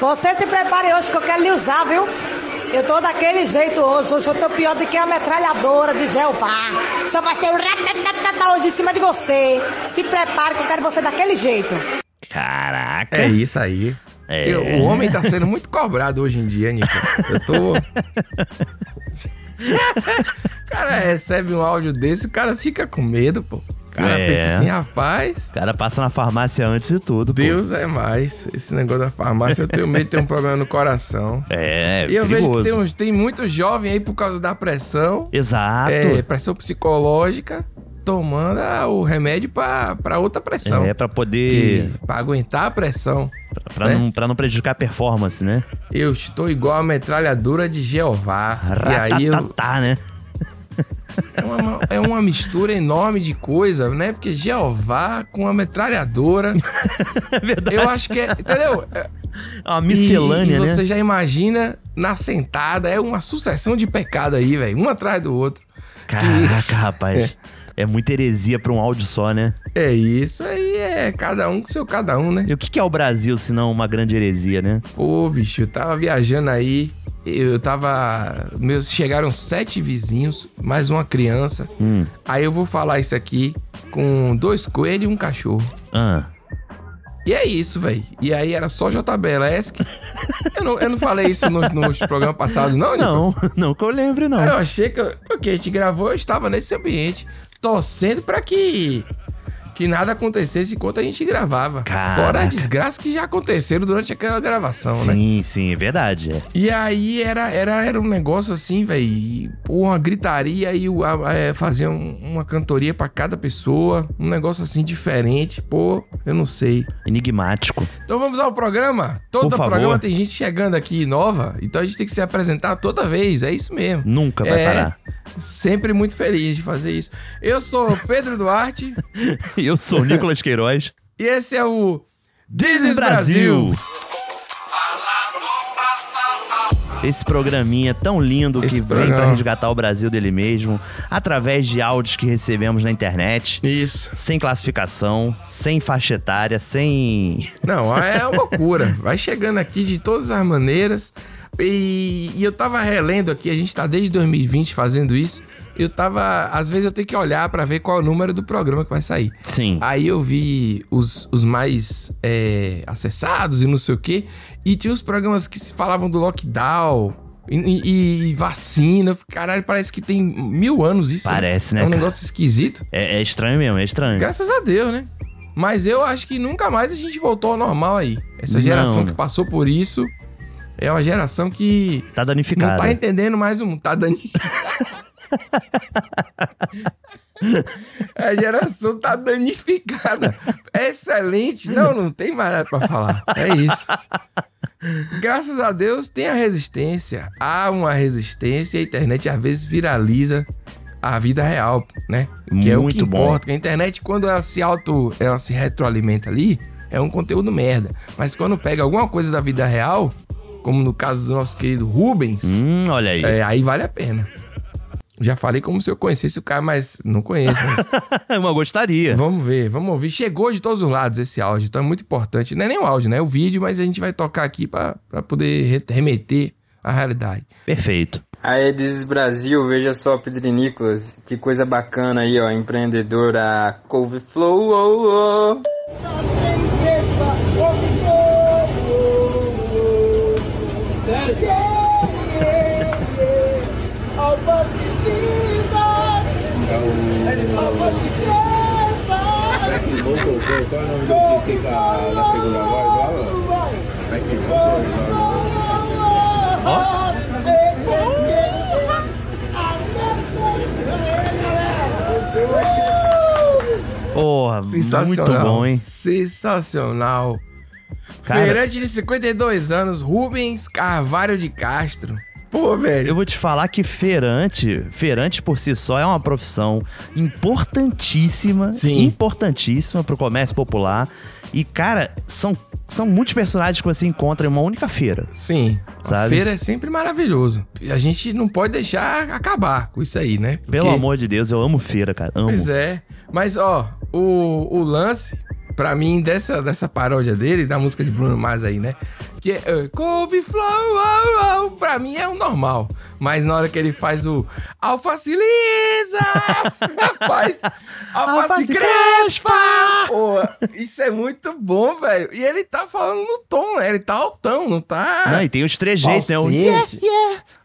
Você se prepare hoje que eu quero lhe usar, viu? Eu tô daquele jeito hoje. Hoje eu tô pior do que a metralhadora de Jeová. Só vai ser o ratatatata hoje em cima de você. Se prepare que eu quero você daquele jeito. Caraca. É isso aí. É. Eu- o homem tá sendo muito cobrado hoje em dia, Nico. Eu tô. o cara recebe um áudio desse, o cara fica com medo, pô. O cara É. pensa assim, rapaz, O cara passa na farmácia antes e tudo. pô. Deus é mais. Esse negócio da farmácia, eu tenho medo de ter um problema no coração. É, E eu perigoso. vejo que tem, uns- tem muito jovem aí por causa da pressão, Exato. é, pressão psicológica, tomando ah, o remédio pra, pra outra pressão. É, pra poder. Que- pra aguentar a pressão. Pra, né? não, pra não prejudicar a performance, né? Eu estou igual a metralhadora de Jeová. E aí eu- Ratatatá, né? é, uma, é uma mistura enorme de coisa, né? Porque Jeová com a metralhadora. É verdade. Eu acho que é. Entendeu? É- É uma miscelânea, e, e né? você já imagina na sentada. É uma sucessão de pecado aí, velho. Um atrás do outro. Caraca, isso? rapaz. É muita heresia pra um áudio só, né? É isso aí, é cada um com seu cada um, né? E o que que é o Brasil se não uma grande heresia, né? Pô, bicho, eu tava viajando aí. Eu tava. Meus chegaram sete vizinhos, mais uma criança. Hum. Aí eu vou falar isso aqui com dois coelhos e um cachorro. Ah, E é isso, velho. E aí era só JBLS. é que- eu, não, eu não falei isso nos no programa passado, não, Nicolas? não, não que eu lembre, não. Eu achei que. eu- Porque a gente gravou, eu estava nesse ambiente, torcendo pra que. Que nada acontecesse enquanto a gente gravava. Caraca. Fora a desgraça que já aconteceram durante aquela gravação, né? sim, sim, é verdade. é. E aí era, era, era um negócio assim, velho. Uma gritaria e o- a- é, fazer um- uma cantoria pra cada pessoa. Um negócio assim diferente. Pô, eu não sei. Enigmático. Então vamos ao programa? Todo Por favor. programa tem gente chegando aqui nova. Então a gente tem que se apresentar toda vez. É isso mesmo. Nunca vai É. parar. Sempre muito feliz de fazer isso. Eu sou Pedro Duarte Eu sou o Nicolas Queiroz. e esse é o This is Brasil. Esse programinha tão lindo que Esse vem pra programa. resgatar o Brasil dele mesmo, através de áudios que recebemos na internet, Isso. sem classificação, sem faixa etária, sem. Não, é uma loucura. Vai chegando aqui de todas as maneiras. E, e eu tava relendo aqui, a gente tá desde 2020 fazendo isso. Eu tava. Às vezes eu tenho que olhar pra ver qual é o número do programa que vai sair. Sim. Aí eu vi os, os mais é, acessados e não sei o quê. E tinha os programas que se falavam do lockdown e, e- e vacina. Eu falei, Caralho, parece que tem mil anos isso. né? Parece, né? É um cara? negócio esquisito. É, é estranho mesmo, é estranho. Graças a Deus, né? Mas eu acho que nunca mais a gente voltou ao normal aí. Essa Não. geração que passou por isso é uma geração que Tá não danificado. tá entendendo mais o mundo. Tá dando. A geração tá danificada. É Excelente. Não, não tem mais nada pra falar. É isso. Graças a Deus tem a resistência. Há uma resistência e a internet às vezes viraliza a vida real, né? Que é o que Muito bom. importa. Que a internet, quando ela se auto... Ela se retroalimenta ali, é um conteúdo merda. Mas quando pega alguma coisa da vida real, como no caso do nosso querido Rubens... Hum, olha aí. É, aí vale a pena. Já falei como se eu conhecesse o cara, mas não conheço. mas Uma gostaria. vamos ver, vamos ouvir. Chegou de todos os lados esse áudio, então é muito importante. Não é nem o áudio, né? É o vídeo, mas a gente vai tocar aqui pra pra poder re- remeter à realidade. Perfeito. Aí, This is Brasil, veja só, Pedro e Nicolas, que coisa bacana aí, ó, empreendedora Couve Flow, oh, oh. Porra, muito Sensacional. bom, hein? Sensacional. Cara- Feirante de 52 anos, Rubens Carvalho de Castro. Pô, velho. Eu vou te falar que feirante, feirante por si só é uma profissão importantíssima, Sim. importantíssima pro comércio popular. E cara, são são muitos personagens que você encontra em uma única feira. Sim, a Sabe? feira é sempre maravilhoso. E a gente não pode deixar acabar com isso aí, né? Pelo Porque- é. amor de Deus, eu amo feira, cara. Amo. Pois é. Mas, ó, o, o lance pra mim, dessa, dessa paródia dele, da música de Bruno Mars aí, né? Que é eh, couve-flor, au, au, pra mim é o normal. Mas na hora que ele faz o alfaciliza, rapaz, alface Alface crespa! Porra, isso é muito bom, velho. E ele tá falando no tom, né? Ele tá altão, não tá... Não, e tem os trejeitos, né? O- falsete.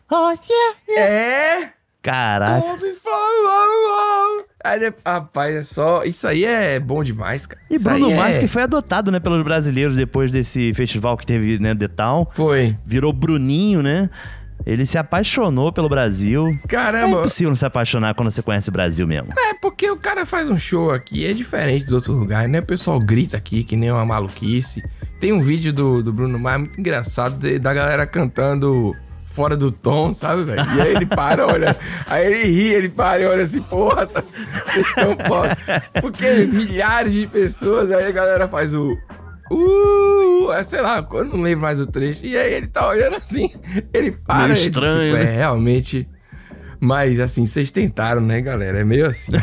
Oh, yeah. É... Caraca. Ouve, fala, uau, uau. Aí, de- rapaz, é só. Isso aí é bom demais, cara. E Isso Bruno aí é- Mars, que foi adotado, né, pelos brasileiros depois desse festival que teve, né, The Town. Foi. Virou Bruninho, né? Ele se apaixonou pelo Brasil. É Caramba. impossível não se apaixonar quando você conhece o Brasil mesmo. É porque o cara faz um show aqui, é diferente dos outros lugares, né? O pessoal grita aqui, que nem uma maluquice. Tem um vídeo do, do Bruno Mars muito engraçado de- da galera cantando fora do tom, sabe, velho? E aí ele para, olha. Aí ele ri, ele para e olha assim, porra, tá, vocês estão fora. Porque milhares de pessoas, aí a galera faz o. Uh, é, sei lá, eu não lembro mais o trecho. E aí ele tá olhando assim, ele para. Meio ele, estranho, tipo, né? É realmente. Mas assim, vocês tentaram, né, galera? É meio assim.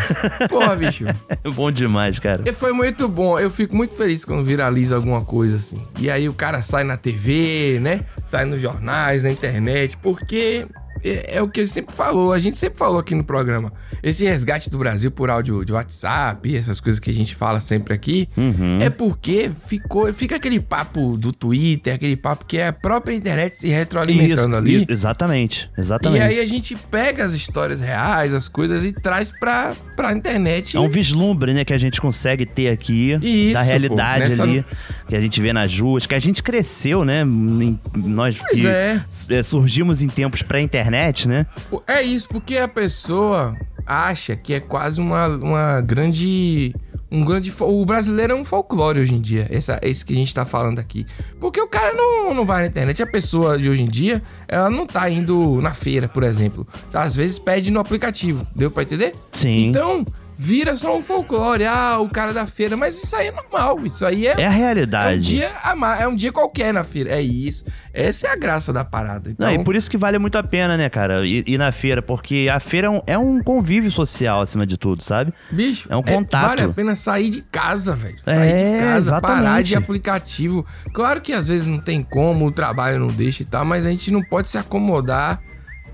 Porra, bicho. É bom demais, cara. E foi muito bom. Eu fico muito feliz quando viraliza alguma coisa assim. E aí o cara sai na TV, né? Sai nos jornais, na internet, porque é, é o que ele sempre falou. A gente sempre falou aqui no programa. Esse resgate do Brasil por áudio de WhatsApp, essas coisas que a gente fala sempre aqui, Uhum. é porque ficou, fica aquele papo do Twitter, aquele papo que é a própria internet se retroalimentando Isso, ali. isso, exatamente, exatamente. E aí a gente pega as histórias reais, as coisas e traz pra, pra internet. É um vislumbre, né, que a gente consegue ter aqui Isso, da pô, realidade nessa- ali, que a gente vê nas ruas, que a gente cresceu, né? em- Nós Pois que é. s- eh, surgimos em tempos pré-internet, né? É isso, porque a pessoa acha que é quase uma, uma grande. Um grande. fo- O brasileiro é um folclore hoje em dia, essa, esse que a gente tá falando aqui. Porque o cara não, não vai na internet. A pessoa de hoje em dia, ela não tá indo na feira, por exemplo. Às vezes pede no aplicativo. Deu pra entender? Sim. Então, vira só um folclore. Ah, o cara da feira. Mas isso aí é normal. Isso aí É a É um realidade. dia a ma- é um dia qualquer na feira. É isso. Essa é a graça da parada. Então, Não, e por isso que vale muito a pena, né, cara, ir, ir na feira, porque a feira é um, é um convívio social acima de tudo, sabe? bicho, é um contato. vale a pena sair de casa, velho. É, Sair de casa, parar exatamente. de aplicativo. Claro que às vezes não tem como, o trabalho não deixa e tal, mas a gente não pode se acomodar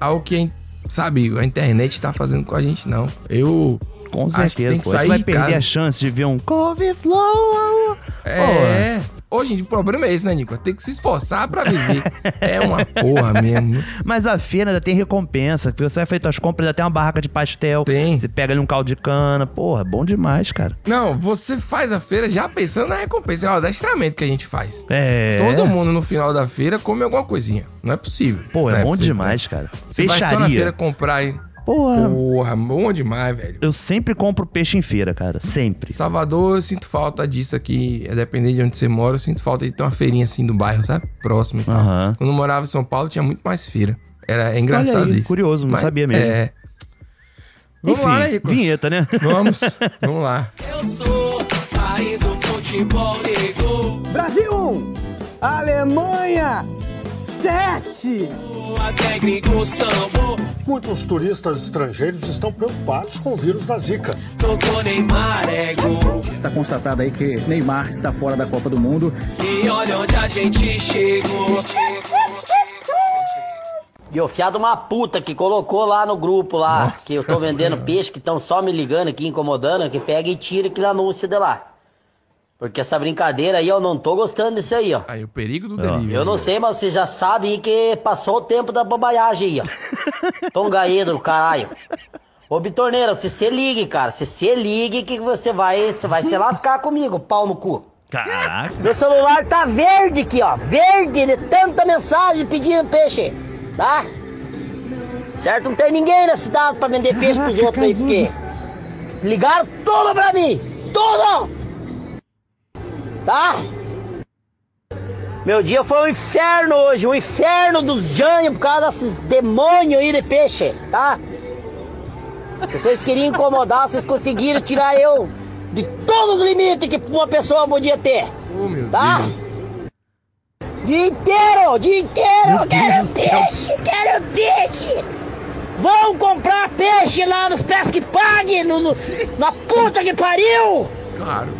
ao que, a in- sabe, a internet tá fazendo com a gente, não. Eu. Com Acho que certeza. tem que pô. Aí sair tu vai de perder casa. a chance de ver um couve-flor. É. Ô, gente, o problema é esse, né, Nico? Tem que se esforçar pra viver. é uma porra mesmo. Mas a feira ainda tem recompensa, porque você vai feito as compras, ainda tem uma barraca de pastel. Tem. Você pega ali um caldo de cana. Porra, bom demais, cara. Não, você faz a feira já pensando na recompensa. É o adestramento que a gente faz. É. Todo mundo no final da feira come alguma coisinha. Não é possível. Pô, Não é, bom possível. demais, cara. Você vai só na feira Peixaria. comprar e. Porra. Porra, bom demais, velho. Eu sempre compro peixe em feira, cara. Sempre. Salvador, eu sinto falta disso aqui. É dependendo de onde você mora, eu sinto falta de ter uma feirinha assim do bairro, sabe? Próximo e tal. Aham. Quando eu morava em São Paulo, tinha muito mais feira. Era é Olha engraçado aí, isso. curioso, não Mas- sabia mesmo. É. Vamos Enfim, lá, né, Nicolas? vinheta, né? Vamos, vamos lá. Eu sou país do futebol negou. Brasil 1, Alemanha 7. Até gringo sambou. Muitos turistas estrangeiros estão preocupados com o vírus da Zika. Tocou Neymar é gol. Está constatado aí que Neymar está fora da Copa do Mundo. E olha onde a gente chegou. E o fiado uma puta que colocou lá no grupo lá, Nossa, que eu tô vendendo peixe, que estão só me ligando aqui, incomodando, que pega e tira aquele anúncio de lá. Porque essa brincadeira aí, eu não tô gostando disso aí, ó. Aí, o perigo do delivery. Eu não sei, mas você já sabe aí que passou o tempo da bobaiagem aí, ó. Tom Gaedo, caralho. Ô, Bitorneiro, se se ligue, cara. Se se ligue que você vai, você vai se lascar comigo, pau no cu. Caraca. Meu celular tá verde aqui, ó. Verde de tanta mensagem pedindo peixe. Tá? Certo? Não tem ninguém na cidade pra vender peixe pros Caraca, outros aí, porque. Ligaram tudo pra mim! Tudo! Tá? Meu dia foi um inferno hoje, um inferno do Jânio por causa desses demônios aí de peixe, tá? Se vocês queriam incomodar, vocês conseguiram tirar eu de todos os limites que uma pessoa podia ter. Oh, meu Tá? Deus. Dia inteiro, dia inteiro, Meu quero Deus do peixe, céu. quero peixe. Vão comprar peixe lá nos pés que pague, no, no- na puta que pariu. Claro.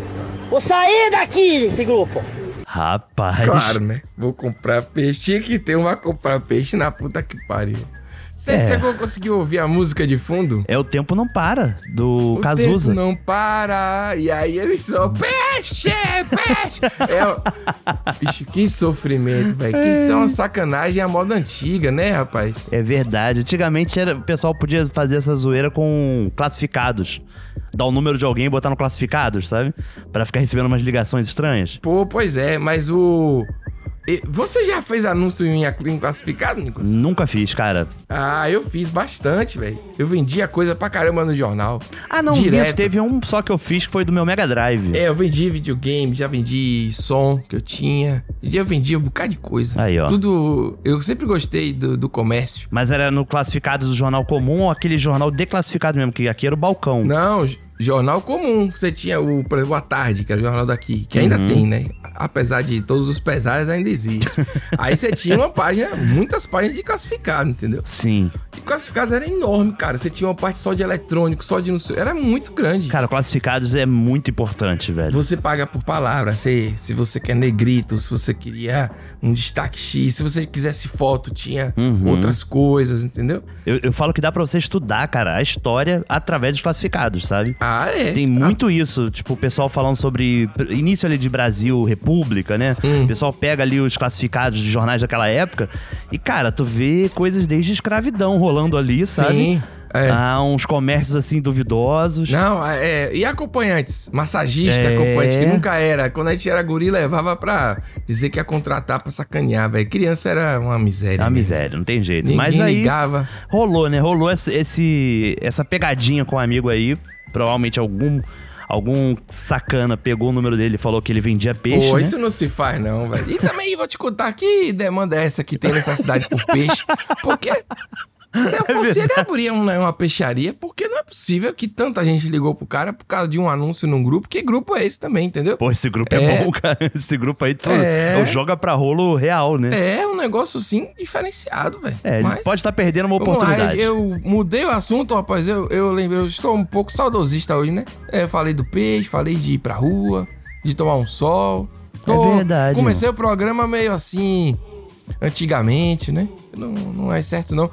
Vou sair daqui desse grupo. Rapaz. Claro, né? Vou comprar peixe. Tinha que ter um vai comprar peixe na puta que pariu. Você É. conseguiu ouvir a música de fundo? É o tempo não para do O Cazuza. tempo não para. E aí ele só. Peixe! Peixe! é, o- bicho, que sofrimento, velho. Que isso é uma sacanagem à moda antiga, né, rapaz? É verdade. Antigamente era, o pessoal podia fazer essa zoeira com classificados. Dar o número de alguém e botar no classificados, sabe? Pra ficar recebendo umas ligações estranhas. Pô, pois é, mas o. e- Você já fez anúncio em em classificado, Nicolas? Nunca fiz, cara. Ah, eu fiz bastante, velho. Eu vendia coisa pra caramba no jornal. Ah, não, Direto. minto, teve um só que eu fiz que foi do meu Mega Drive. É, eu vendi videogame, já vendi som que eu tinha. E Eu vendi um bocado de coisa. Aí, ó. Tudo. Eu sempre gostei do, do comércio. Mas era no classificados do jornal comum ou aquele jornal declassificado mesmo, que aqui era o balcão. Não, j- jornal comum. Você tinha o, por exemplo, a tarde, que era o jornal daqui, que Uhum. ainda tem, né? Apesar de todos os pesares, ainda existe. Aí você tinha uma página, muitas páginas de classificado, entendeu? Sim. E classificados era enorme, cara. Você tinha uma parte só de eletrônico, só de não sei. Era muito grande. Cara, classificados é muito importante, velho. Você paga por palavra, se, se você quer negrito, se você queria um destaque X, se você quisesse foto, tinha Uhum. outras coisas, entendeu? Eu, eu falo que dá pra você estudar, cara, a história através dos classificados, sabe? Ah, é. Tem muito isso, tipo, o pessoal falando sobre pr- início ali de Brasil, República, né? Hum. O pessoal pega ali os classificados de jornais daquela época e, cara, tu vê coisas desde escravidão rolando ali, sabe? Sim. É. Ah, uns comércios assim duvidosos. Não, é, e acompanhantes? Massagista, É. acompanhante, que nunca era. Quando a gente era guri, levava pra dizer que ia contratar pra sacanear, velho. Criança era uma É miséria. uma né? miséria, não tem jeito. Ninguém Mas aí ligava. rolou, né? Rolou esse, esse- essa pegadinha com um amigo aí. Provavelmente algum algum sacana pegou o número dele e falou que ele vendia peixe. Pô, né? isso não se faz, não, velho. E também vou te contar que demanda é essa que tem nessa cidade por peixe. Porque se É eu fosse ele, eu abriria um- uma peixaria, porque não é possível que tanta gente ligou pro cara por causa de um anúncio num grupo. Que grupo é esse também, entendeu? Pô, esse grupo é, É. bom, cara. Esse grupo aí tu, É. eu joga pra rolo real, né? É um negócio, assim, diferenciado, velho. É, ele Mas- pode estar perdendo uma Vamos lá, oportunidade. eu mudei o assunto, rapaz. Eu, eu lembrei, eu estou um pouco saudosista hoje, né? É, Eu falei do peixe, falei de ir pra rua, de tomar um sol. É verdade, Comecei o programa meio assim, antigamente, né? Não, não é certo, não.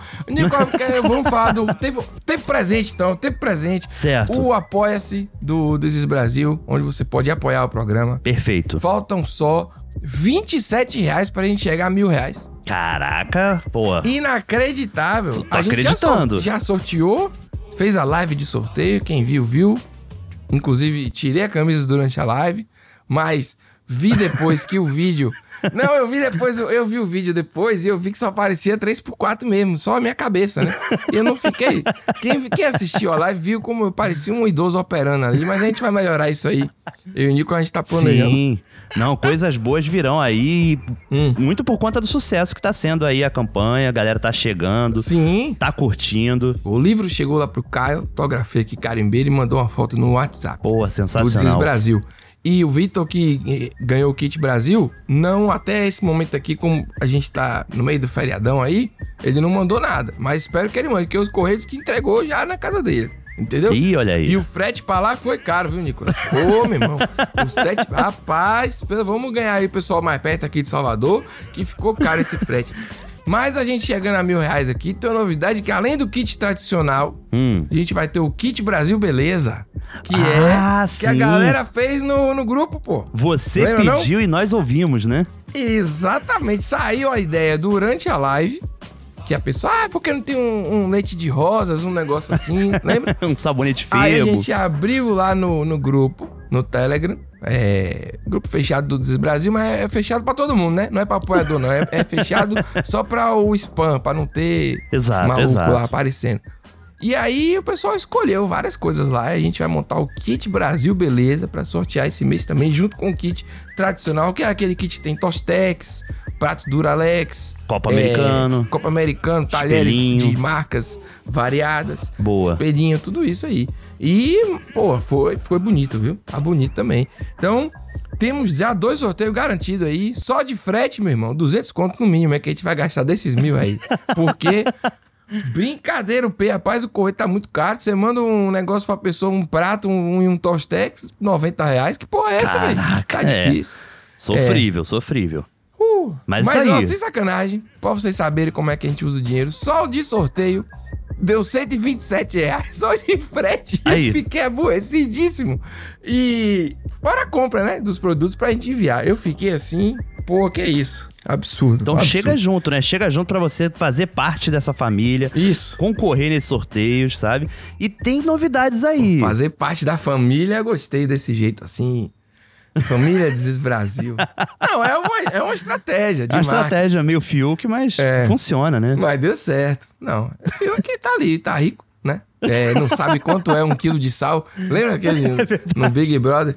Nicolau, quer- vamos falar do tempo, tempo presente, então. Tempo presente. Certo. O Apoia-se do Desis Brasil, onde você pode apoiar o programa. Perfeito. Faltam só 27 reais pra gente chegar a mil reais. Caraca, pô. Inacreditável. Tô a gente já acreditando. sor- Já, sorteou, fez a live de sorteio, quem viu, viu. Inclusive, tirei a camisa durante a live, mas vi depois que o vídeo... Não, eu vi depois, eu, eu vi o vídeo depois e eu vi que só aparecia 3x4 mesmo, só a minha cabeça, né? E eu não fiquei... Quem, quem assistiu a live viu como eu parecia um idoso operando ali, mas a gente vai melhorar isso aí. Eu e o Nico, a gente tá planejando. Sim. Não, coisas boas virão aí. Hum. Muito por conta do sucesso que tá sendo aí a campanha. A galera tá chegando, Sim. tá curtindo. O livro chegou lá pro Caio, autografei aqui, carimbei, ele mandou uma foto no WhatsApp. Pô, do Desis sensacional. Brasil. E o Vitor, que eh, ganhou o kit Brasil, não até esse momento aqui, como a gente tá no meio do feriadão aí, ele não mandou nada. Mas espero que ele mande, porque os Correios que entregou já na casa dele. Entendeu? Ih, olha aí. E o frete pra lá foi caro, viu, Nicolas? Ô, meu irmão. O sete... Rapaz, pelo- vamos ganhar aí o pessoal mais perto aqui de Salvador, que ficou caro esse frete. Mas a gente chegando a mil reais aqui, tem uma novidade que além do kit tradicional, Hum. a gente vai ter o Kit Brasil Beleza, que Ah, é que a sim. galera fez no, no grupo, pô. Você Lembra, não? pediu e nós ouvimos, né? Exatamente, saiu a ideia durante a live, que a pessoa, ah, porque não tem um, um leite de rosas, um negócio assim, lembra? um sabonete febo. Aí a gente abriu lá no, no grupo, no Telegram, é, grupo fechado do Desis Brasil, mas é fechado pra todo mundo, né? Não é pra apoiador, não, é, é fechado só pra o spam, pra não ter Exato, maluco exato. lá aparecendo. E aí o pessoal escolheu várias coisas lá. A gente vai montar o kit Brasil Beleza pra sortear esse mês também, junto com o kit tradicional, que é aquele kit que tem Tostex, prato Duralex, Copa é, americano. Copa Americano, talheres Espelhinho. de marcas variadas, Boa. espelhinho, tudo isso aí. E, pô, foi, foi bonito, viu? Tá bonito também. Então, temos já dois sorteios garantidos aí, só de frete, meu irmão. 200 conto no mínimo é que a gente vai gastar desses mil aí. Porque Brincadeira, o P, rapaz, o correio tá muito caro. Você manda um negócio pra pessoa, um prato um, e um tostex, 90 reais. Que porra é essa, velho? Caraca, Tá é. difícil. Sofrível, sofrível. Uh, Mas mas isso aí. ó, sem sacanagem, pra vocês saberem como é que a gente usa o dinheiro, só o de sorteio deu 127 reais só de frete. Aí. Eu fiquei aborrecidíssimo. E fora a compra, né, dos produtos pra gente enviar. Eu fiquei assim, pô, que isso? Absurdo. Então absurdo. chega junto, né? Chega junto pra você fazer parte dessa família, Isso. concorrer nesses sorteios, sabe? E tem novidades aí. Fazer parte da família, gostei desse jeito assim. Família Desis Brasil. Não, é uma, é uma estratégia de É uma marketing. estratégia meio Fiuk, mas É. funciona, né? Mas deu certo. Não, é pior que tá ali, tá rico, né? É, não sabe quanto é um quilo de sal. Lembra aquele no Big Brother?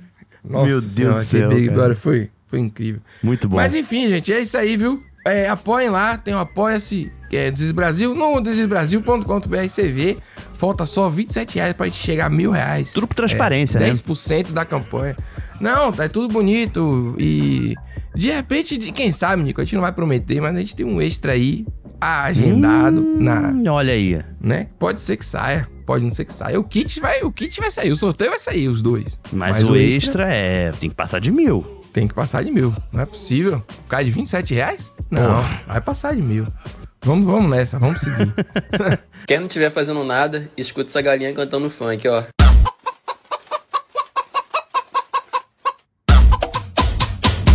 Nossa É Meu Deus Senhora, do aquele céu, Big cara. Brother foi, foi incrível. Muito bom. Mas enfim, gente, é isso aí, viu? É, apoiem lá, tem o Apoia-se que é Desis Brasil, no desisbrasil.com.br você vê. Falta só 27 reais pra gente chegar a mil reais. É, Tudo com transparência, né? 10% da campanha. Não, tá tudo bonito e de repente, de quem sabe, Nico, a gente não vai prometer, mas a gente tem um extra aí agendado na, Hum, olha aí. né? Pode ser que saia, pode não ser que saia. O kit vai, o kit vai sair, o sorteio vai sair os dois. Mas, o, extra, é. Tem que passar de mil. tem que passar de mil. Não é possível. Por causa de 27 reais? Não, vai passar de mil. Vamos, vamos nessa, vamos seguir. Quem não estiver fazendo nada, escuta essa galinha cantando funk, ó.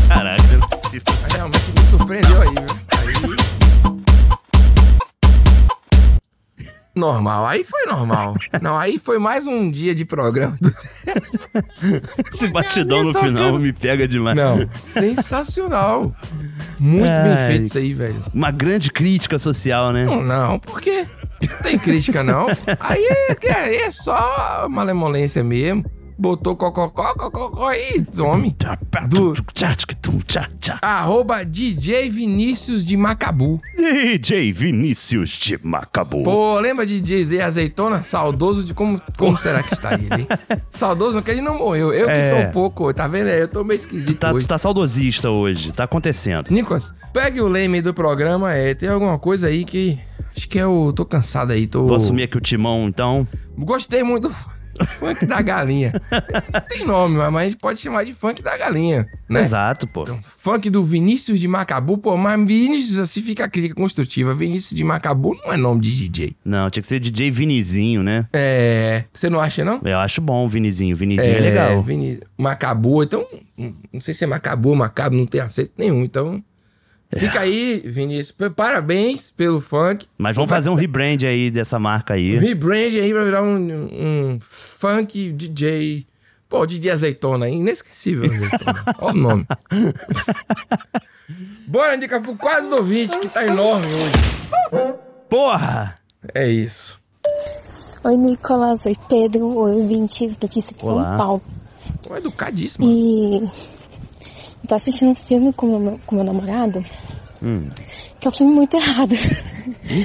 Caraca, não é possível. Mas Realmente me surpreendeu aí, viu? Aí- Normal, aí foi normal. Não, aí foi mais um dia de programa. Esse batidão no tocando. final me pega demais. Não, sensacional. Muito bem Ai. feito isso aí, velho. Uma grande crítica social, né? Não, não, por quê? Não tem crítica, não. Aí é, aí é só malemolência mesmo. Botou cococó, cococó e some. Do- Arroba DJ Vinícius de Macabu. DJ Vinícius de Macabu. Pô, lembra de DJ Azeitona? Saudoso de como, como será que está ele, hein? Saudoso porque ele não morreu. Eu que É. tô um pouco, tá vendo? Eu tô meio tu, esquisito tá, hoje. tu tá saudosista hoje, tá acontecendo. Nicolas, pegue o leme do programa. É, tem alguma coisa aí que... Acho que eu tô cansado aí, tô... Vou assumir aqui o timão, então. Gostei muito do funk da galinha. Não tem nome, mas a gente pode chamar de funk da galinha, né? Exato, pô. Funk do Vinícius de Macabu, pô, mas Vinícius assim fica a crítica construtiva. Vinícius de Macabu não é nome de DJ. Não, tinha que ser DJ Vinizinho, né? É. Você não acha, não? Eu acho bom o Vinizinho. Vinizinho é, legal. Vini... Macabu, então. Não sei se é Macabu ou Macabo, não tem aceito nenhum, então. É. Fica aí, Vinícius. p- Parabéns pelo funk. Mas vamos fazer um rebrand aí dessa marca aí. Rebrand aí pra virar um, um funk DJ. Pô, DJ Azeitona, hein? inesquecível Azeitona. Olha o nome. Bora, Indica, pro quadro do ouvinte, que tá enorme hoje. Porra! É isso. Oi, Nicolas. Oi, Pedro. Oi, ouvintes daqui de São Ah, Olá. Paulo. Pô, educadíssimo. E eu tô assistindo um filme com o meu, com meu namorado, Hum. que é um filme muito errado.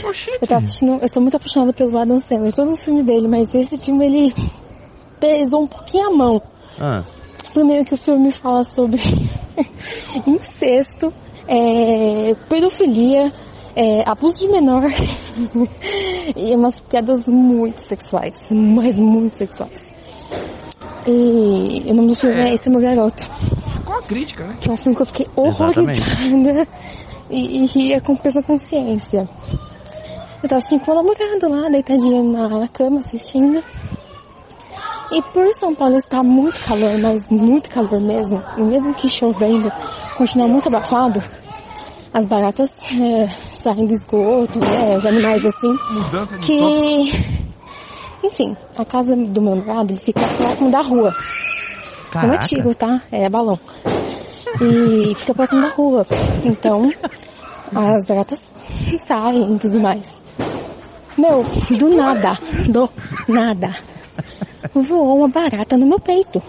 Oxi. Eu tô assistindo, eu sou muito apaixonada pelo Adam Sandler, todo o filme dele, mas esse filme ele pesou um pouquinho a mão. Ah, No meio que o filme fala sobre incesto, é, pedofilia, é, abuso de menor e umas piadas muito sexuais, mas muito sexuais. E o nome do filme é Esse é Meu Garoto, Ficou a crítica, né? que é um filme que eu fiquei horrorizada e, e ria com peso na consciência. Eu tava assistindo com o meu namorado lá, deitadinha na, na cama, assistindo. E por São Paulo está muito calor, mas muito calor mesmo. E mesmo que chovendo, continua muito abafado. As baratas é, saem do esgoto, né? Os animais assim. Mudança de tópico. Que. Enfim, a casa do meu namorado ele fica próximo da rua. Não é caraca. tiro, tá? É balão. E fica próximo da rua. Então, as baratas saem e tudo mais. Meu, do nada, do nada, voou uma barata no meu peito.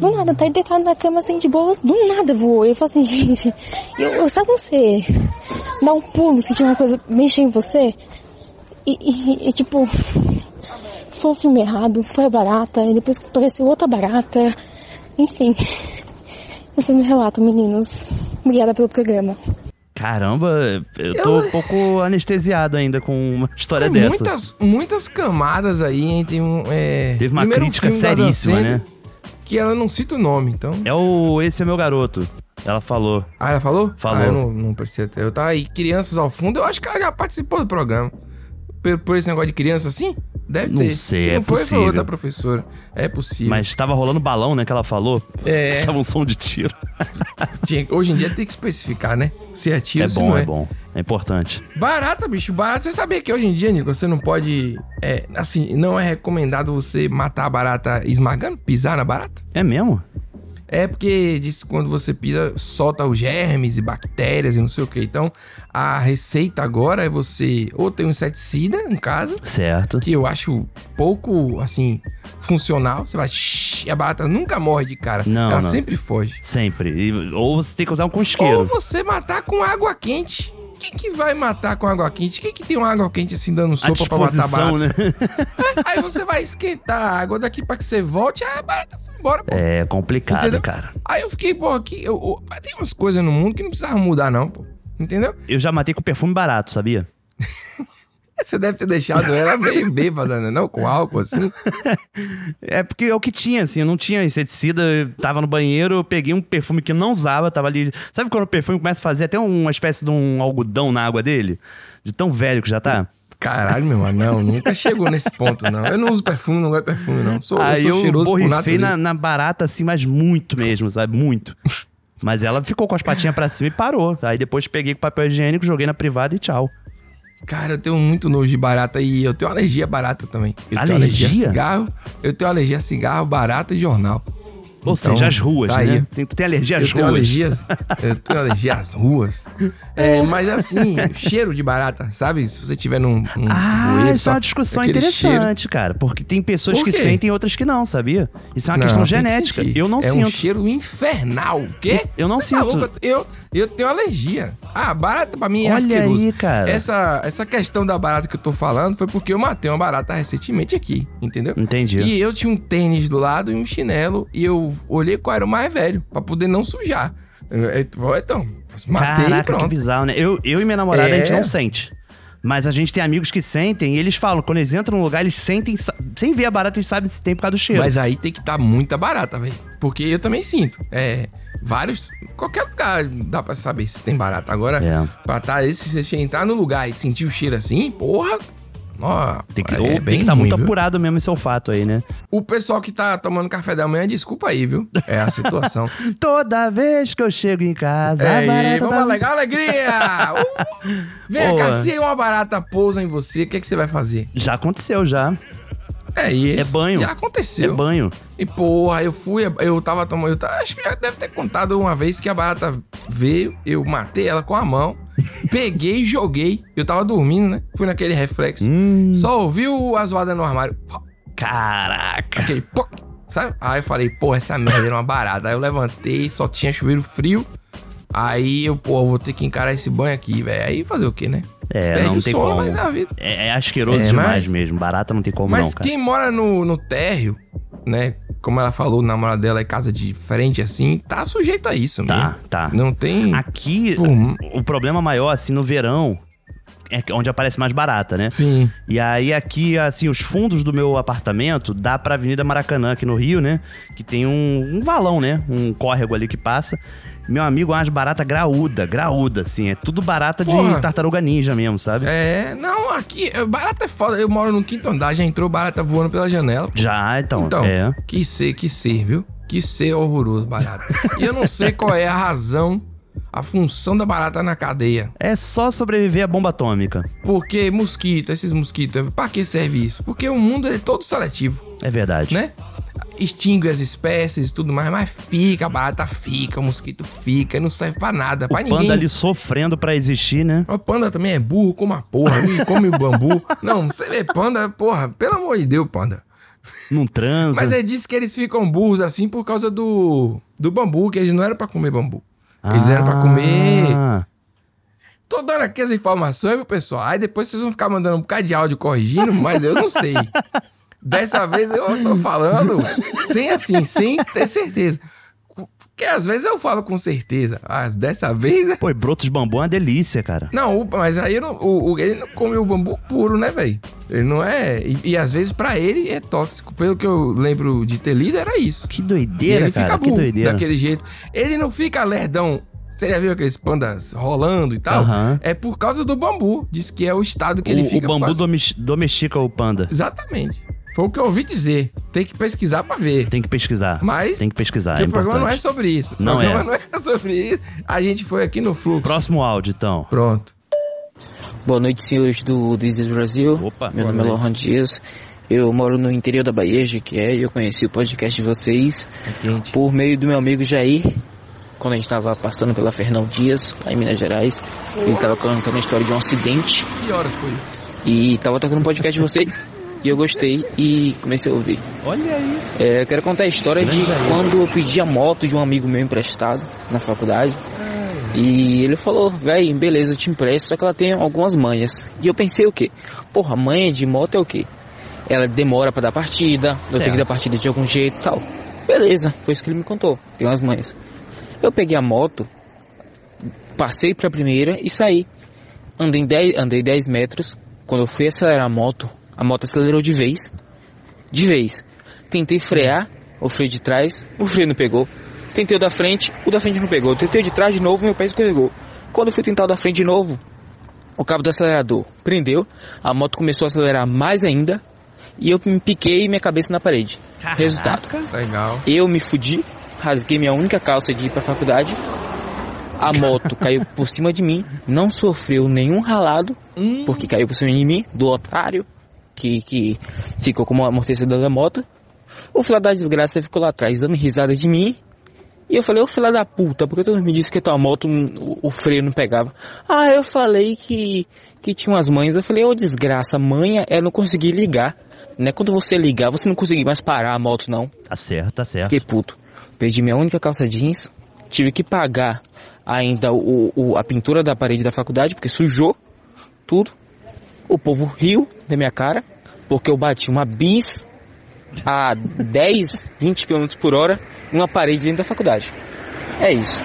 Do nada, tá aí deitado na cama assim de boas, do nada voou. Eu falo assim, gente, eu, eu sabe quando você dá um pulo, sentir uma coisa mexer em você? E, e- e, tipo, foi o um filme errado, foi a barata, e depois apareceu outra barata. Enfim, esse é meu relato, meninos. Obrigada pelo programa. Caramba, eu tô um pouco anestesiado ainda com uma história Tem dessa. muitas, muitas camadas aí, hein? Tem um. é, Teve uma primeiro crítica filme da Dan seríssima, Sandler, né? Que ela não cita o nome, então. É o Esse é Meu Garoto. Ela falou. Ah, ela falou? Falou. Ah, eu não, não percebi até. Eu tava aí, crianças ao fundo, eu acho que ela já participou do programa. Por, por esse negócio de criança assim? Deve Não ter. sei, Se é não foi, possível. Foi outra professora. É possível. Mas tava rolando balão, né, que ela falou. É. Tava um som de tiro. Tinha- hoje em dia tem que especificar, né? Se é tiro, é se bom, não é. é. bom. É importante. Barata, bicho, barata. Você sabia que hoje em dia, Nico, você não pode. é, assim, não é recomendado você matar a barata esmagando, pisar na barata? É mesmo? É porque diz que quando você pisa, solta os germes e bactérias e não sei o que. Então, a receita agora é você ou ter um inseticida em casa. Certo. Que eu acho pouco, assim, funcional. Você vai. shhh, e a barata nunca morre de cara. Não. não. Ela sempre foge. Sempre. E- ou você tem que usar um com isqueiro. Ou você matar com água quente. Quem que vai matar com água quente? Quem que tem uma água quente assim dando A sopa pra matar a barata? É, disposição, né? Aí você vai esquentar a água daqui pra que você volte. Ah, a barata foi embora, pô. É complicado, Entendeu? cara. Aí eu fiquei, pô, aqui. Eu, eu- mas tem umas coisas no mundo que não precisava mudar, não, pô. Entendeu? Eu já matei com perfume barato, sabia? Você deve ter deixado ela meio bêbada, né? Não, com álcool assim. É porque é o que tinha, assim, eu não tinha inseticida, eu tava no banheiro, eu peguei um perfume que eu não usava, tava ali. Sabe quando o perfume começa a fazer até uma espécie de um algodão na água dele? De tão velho que já tá? Caralho, meu anão, nunca chegou nesse ponto, não. Eu não uso perfume, não gosto de perfume, não. Sou, Aí eu eu, sou cheiroso por borrifei natureza. na, na barata, assim, mas muito mesmo, sabe? Muito. Mas ela ficou com as patinhas pra cima e parou. Aí depois peguei com papel higiênico, joguei na privada e tchau. Cara, eu tenho muito nojo de barata e eu tenho alergia a barata também. Eu tenho Alergia? alergia a cigarro, eu tenho alergia a cigarro, barata e jornal. Ou seja, as ruas, né? Então, Tem- tu tem alergia às eu Tenho ruas? alergia, eu tenho alergia às ruas. É, mas assim, cheiro de barata, sabe? Se você tiver num. num Ah, bueiro, isso é uma só discussão aquele interessante, cara. Porque tem pessoas Por que quê? sentem e outras que não, sabia? Isso é uma Não, questão tem que genética. sentir. eu não É um sinto. cheiro infernal. O quê? Eu não Você tá sinto. louco? eu, eu tenho alergia. Ah, barata pra mim é Olha asqueroso. aí, cara. Essa, essa questão da barata que eu tô falando foi porque eu matei uma barata recentemente aqui, entendeu? Entendi. E eu tinha um tênis do lado e um chinelo e eu olhei qual era o mais velho, pra poder não sujar. Eu- eu- Então, matei e Caraca, que pronto. bizarro, né? Eu, eu e minha namorada, a gente É. não sente. Mas a gente tem amigos que sentem e eles falam, quando eles entram num lugar, eles sentem, sa- sem ver a barata, eles sabem se tem por causa do cheiro. Mas aí tem que estar tá muita barata, velho. Porque eu também sinto. É, vários. Qualquer lugar dá pra saber se tem barata. Agora, É. pra tá esse, se você entrar no lugar e sentir o cheiro assim, porra. Ó, tem que, é ou, tem bem que tá ruim, muito viu? apurado mesmo esse olfato aí, né? O pessoal que tá tomando café da manhã, desculpa aí, viu? É a situação. Toda vez que eu chego em casa, É, a barata vamos tá- alegar a alegria! Uh! Vem Boa. cá, se uma barata pousa em você, o que, é que você vai fazer? Já aconteceu, já. É isso. É banho. Já aconteceu. É banho. E porra, eu fui, eu tava tomando. Eu tava, acho que já deve ter contado uma vez que a barata veio, eu matei ela com a mão, peguei e joguei. Eu tava dormindo, né? Fui naquele reflexo. Hum. Só ouviu a zoada no armário. Pá, Caraca. Aquele poc, sabe? Aí eu falei, porra, essa merda era uma barata. Aí eu levantei, só tinha chuveiro frio. Aí eu, pô, vou ter que encarar esse banho aqui, velho. Aí fazer o quê, né? É, Perde não o tem sono, como. mas é a vida. É, é asqueroso É, demais mas- mesmo. Barata não tem como Mas não, cara. quem mora no, no térreo, né? Como ela falou, o namorado dela é casa de frente, assim, tá sujeito a isso, né? Tá, tá. Não tem. Aqui, o problema maior, assim, no verão, é que- onde aparece mais barata, né? Sim. E aí, aqui, assim, os fundos do meu apartamento dá pra Avenida Maracanã, aqui no Rio, né? Que tem um, um valão, né? Um córrego ali que passa. Meu amigo, é umas barata graúda, graúda, assim. É tudo barata Porra. de tartaruga ninja mesmo, sabe? É, não, aqui. é, Barata é foda. Eu moro no quinto andar, já entrou barata voando pela janela. pô. Já, então. Então, é. que ser, que ser, viu? Que ser horroroso, barata. e eu não sei qual é a razão, a função da barata na cadeia. É só sobreviver à bomba atômica. Porque mosquito, esses mosquitos, pra que serve isso? Porque o mundo é todo seletivo. É verdade. né? Extingue as espécies e tudo mais, mas fica, a barata fica, o mosquito fica, não serve pra nada, pra O ninguém. panda ali sofrendo pra existir, né? O panda também é burro, como a porra, e come o bambu. Não, você vê panda, porra, pelo amor de Deus, panda. Não transa. Mas é disso que eles ficam burros assim por causa do, do bambu, que eles não eram pra comer bambu. Eles eram pra comer. Ah. Tô dando aqui as informações, viu, pessoal? Aí depois vocês vão ficar mandando um bocado de áudio corrigindo, mas eu não sei. Dessa vez eu tô falando sem assim, sem ter certeza. Porque às vezes eu falo com certeza, mas dessa vez. Pô, e brotos bambu é uma delícia, cara. Não, o- mas aí eu não- o, o- ele não come o bambu puro, né, velho? Ele não é. E, e às vezes pra ele é tóxico. Pelo que eu lembro de ter lido, era isso. Que doideira, ele cara, fica que burro doideira. daquele jeito. Ele não fica lerdão. Você já viu aqueles pandas rolando e tal? Aham. É por causa do bambu. Diz que é o estado que ele o, o fica. bambu quase- domes- domestica o panda. Exatamente. Foi o que eu ouvi dizer. Tem que pesquisar pra ver. Tem que pesquisar. Mas Tem que pesquisar, Porque é o programa não é importante. sobre isso. O Não programa é. não é sobre isso. A gente foi aqui no fluxo. Próximo áudio, então. Pronto. Boa noite, senhores do, do Isis Brasil. Meu boa nome é noite. Lohan Dias. Eu moro no interior da Bahia, Jequié, e eu conheci o podcast de vocês É por meio do meu amigo Jair, quando a gente estava passando pela Fernão Dias, lá em Minas Gerais. Ele estava contando a história de um acidente Que horas foi isso? e tava tocando o podcast de vocês e eu gostei e comecei a ouvir. Olha aí. É, eu quero contar a história de quando eu pedi a moto de um amigo meu emprestado na faculdade. E ele falou, véi, beleza, eu te empresto, só que ela tem algumas manhas. E eu pensei o quê? Porra, manha de moto é o quê? Ela demora pra dar partida, eu tenho Certo. que dar partida de algum jeito e tal. Beleza, foi isso que ele me contou, tem umas manhas. Eu peguei a moto, passei pra primeira e saí. Andei 10, andei 10 metros. Quando eu fui acelerar a moto, a moto acelerou de vez. De vez. Tentei frear, o freio de trás, o freio não pegou. Tentei o da frente, o da frente não pegou. Tentei o de trás de novo, meu pé escorregou. Quando eu fui tentar o da frente de novo, o cabo do acelerador prendeu, a moto começou a acelerar mais ainda e eu me piquei minha cabeça na parede. Resultado. Legal. Eu me fudi, rasguei minha única calça de ir pra faculdade. A moto caiu por cima de mim, não sofreu nenhum ralado, porque caiu por cima de mim, do otário, que, que ficou como amortecedor da moto. O filho da desgraça ficou lá atrás dando risada de mim. E eu falei, ô filho da puta, por que tu não me disse que tua moto hum, o, o freio não pegava? Ah, eu falei que, que tinha umas manhas. Eu falei, ô desgraça, manha é não conseguir ligar. Né? Quando você ligar, você não conseguir mais parar a moto, não. Tá certo, tá certo. Fiquei puto. Perdi minha única calça jeans. Tive que pagar ainda o, o- a pintura da parede da faculdade, porque sujou tudo. O povo riu da minha cara, porque eu bati uma bis a 10, 20 km por hora numa parede dentro da faculdade. É isso.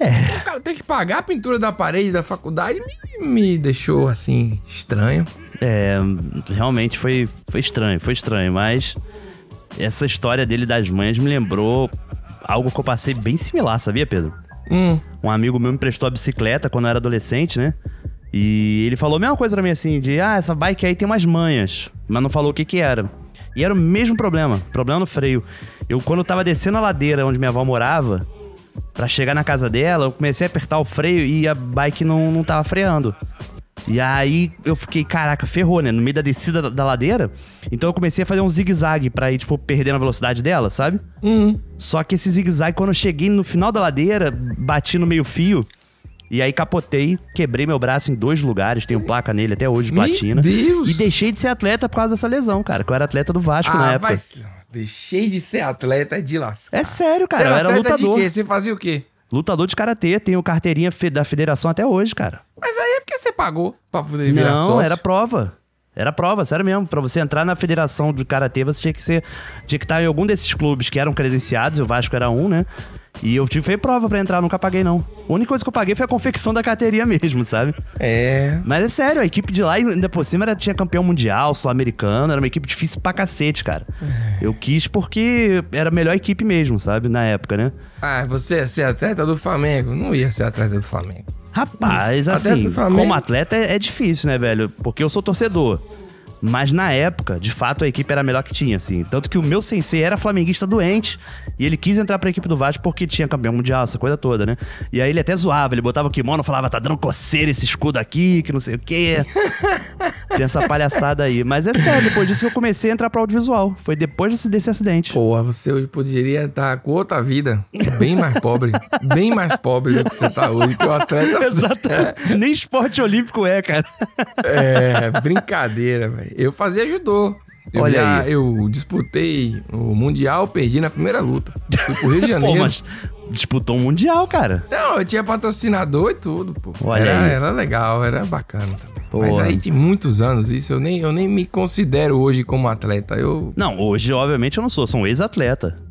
O cara tem que pagar a pintura da parede da faculdade me, me deixou assim, estranho. É, realmente foi, foi estranho, foi estranho, mas essa história dele das mães me lembrou algo que eu passei bem similar, sabia, Pedro? Hum. Um amigo meu me prestou a bicicleta quando eu era adolescente, né? E ele falou a mesma coisa pra mim assim, de ah, essa bike aí tem umas manhas, mas não falou o que que era. E era o mesmo problema, problema no freio. Eu quando eu tava descendo a ladeira onde minha avó morava, Pra chegar na casa dela, eu comecei a apertar o freio e a bike não, não tava freando. E aí eu fiquei, caraca, ferrou, né? No meio da descida da, da ladeira. Então eu comecei a fazer um zigue-zague pra ir, tipo, perdendo a velocidade dela, sabe? Uhum. Só que esse zigue-zague, quando eu cheguei no final da ladeira, bati no meio-fio. E aí capotei, quebrei meu braço em dois lugares, tenho placa nele até hoje, de Meu platina. Deus! E deixei de ser atleta por causa dessa lesão, cara. Que eu era atleta do Vasco na ah, época. vai. se- Deixei de ser atleta de lascar. É sério, cara, Você eu era atleta de lutador. quê? Você fazia o quê? Lutador de karatê, tenho carteirinha fe- da federação até hoje, cara. Mas aí é porque você pagou pra poder virar não, sócio. era prova. Era prova, sério mesmo. Pra você entrar na federação do Karatê, você tinha que ser. Tinha que estar em algum desses clubes que eram credenciados, e o Vasco era um, né? E eu tive feito prova pra entrar, nunca paguei, não. A única coisa que eu paguei foi a confecção da carteirinha mesmo, sabe? É. Mas é sério, a equipe de lá, ainda por cima, era, tinha campeão mundial, sul-americano, era uma equipe difícil pra cacete, cara. Eu quis porque era a melhor equipe mesmo, sabe? Na época, né? Ah, você ia ser atleta do Flamengo? Não ia ser atleta do Flamengo. Rapaz, Atleta assim, do Flamengo. como atleta é, é difícil, né, velho? Porque eu sou torcedor. Mas na época, de fato, a equipe era a melhor que tinha, assim. Tanto que o meu sensei era flamenguista doente e ele quis entrar pra equipe do Vasco porque tinha campeão mundial, essa coisa toda, né? E aí ele até zoava, ele botava o kimono, falava, tá dando coceira esse escudo aqui, que não sei o quê. Tem essa palhaçada aí. Mas é sério, depois disso que eu comecei a entrar pra audiovisual. Foi depois desse, desse acidente. Porra, você hoje poderia estar com outra vida. Bem mais pobre. bem mais pobre do que você tá hoje. Que o atleta. Exato. Nem esporte olímpico é, cara. É, brincadeira, velho. Eu fazia judô. Eu Olha já- aí. Eu disputei o Mundial, perdi na primeira luta. Fui pro Rio de Pô, Janeiro. mas disputou um mundial, cara. Não, eu tinha patrocinador e tudo, pô. Olha era, aí. era legal, era bacana também. Pô. Mas aí de muitos anos isso, eu nem, eu nem me considero hoje como atleta. Eu. Não, hoje, obviamente, eu não sou, sou um ex-atleta.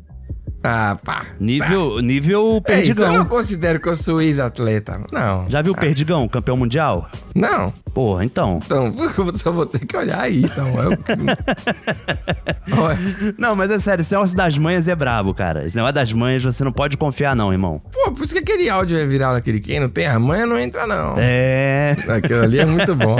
Ah, pá. Nível, nível É isso, eu perdigão. não considero que eu sou ex-atleta. Não. Já viu o Perdigão, campeão mundial? Não. Porra, então. Então, eu só vou ter que olhar aí, então. não, mas é sério, esse negócio das manhas é brabo, cara. Esse negócio das manhas você não pode confiar, não, irmão. Pô, por isso que aquele áudio é viral daquele quem não tem a manha não entra, não. É. Aquilo ali é muito bom.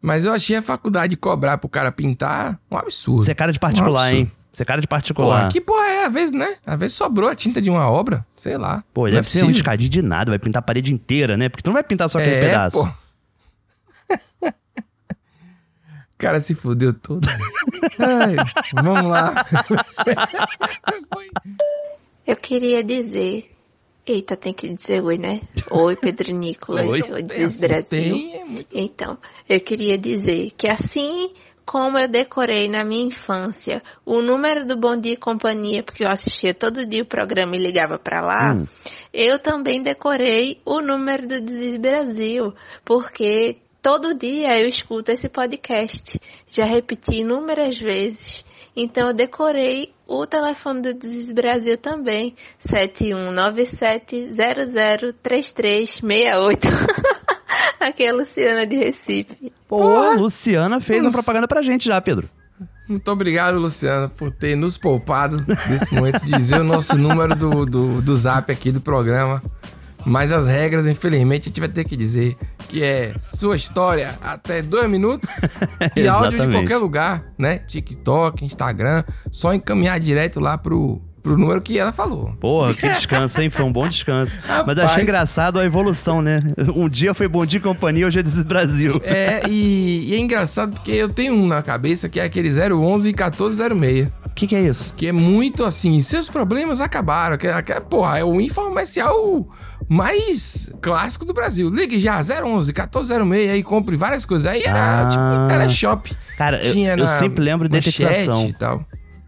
Mas eu achei a faculdade cobrar pro cara pintar um absurdo. Você é cara de particular, absurdo. hein? Você é cara de particular. Porra, que porra é? Às vezes, né? Às vezes sobrou a tinta de uma obra, sei lá. Pô, Não deve é ser um possível. escadinho de nada, vai pintar a parede inteira, né? Porque tu não vai pintar só aquele É, pedaço. pô. O cara se fudeu todo. Ai, vamos lá. Eu queria dizer. Eita, tem que dizer oi, né? Oi, Pedro Nicolas. Oi, Oi, penso, diz Brasil. tem, Então, eu queria dizer que assim como eu decorei na minha infância o número do Bom Dia e Companhia, porque eu assistia todo dia o programa e ligava pra lá, Hum. eu também decorei o número do Diz Brasil, porque todo dia eu escuto esse podcast. Já repeti inúmeras vezes. Então eu decorei o telefone do Diz Brasil também, 7197003368. Aqui é a Luciana de Recife. Pô, a Luciana fez uma Nossa. propaganda pra gente já, Pedro. Muito obrigado, Luciana, por ter nos poupado desse momento de dizer o nosso número do, do, do zap aqui do programa. Mas as regras, infelizmente, a gente vai ter que dizer que é sua história até dois minutos e áudio de Exatamente. qualquer lugar, né? TikTok, Instagram, só encaminhar direto lá pro, pro número que ela falou. Porra, que descanso, hein? Foi um bom descanso. Mas Rapaz. eu achei engraçado a evolução, né? Um dia foi Bom Dia e Companhia, hoje é Desis Brasil. É, e, e é engraçado porque eu tenho um na cabeça que é aquele 011 e 1406. O que, que é isso? Que é muito assim, seus problemas acabaram. Que, que, porra, é o infomercial mais clássico do Brasil. Ligue já, 011 1406 aí, compre várias coisas. Aí era Ah. tipo um teleshop. Cara, eu, eu na sempre lembro de manchete detetização. e tal.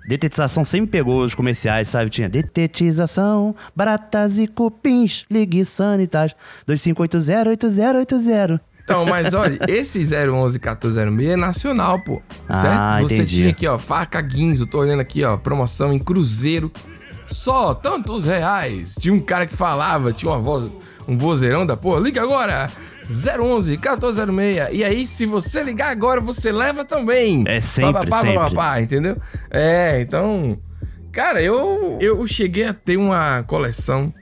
Detetização sempre pegou os comerciais, sabe? Tinha detetização, baratas e cupins, ligue sanitas, 25808080. Então, mas olha, esse 011 1406 é nacional, pô. Ah, certo? Você entendi. tinha aqui, ó, faca Guinzo, tô olhando aqui, ó, promoção em Cruzeiro. Só tantos reais. Tinha um cara que falava, tinha uma voz, um vozeirão da porra. Liga agora! 011 1406. E aí, se você ligar agora, você leva também. É sempre, sempre. entendeu? É, então. Cara, eu, eu cheguei a ter uma coleção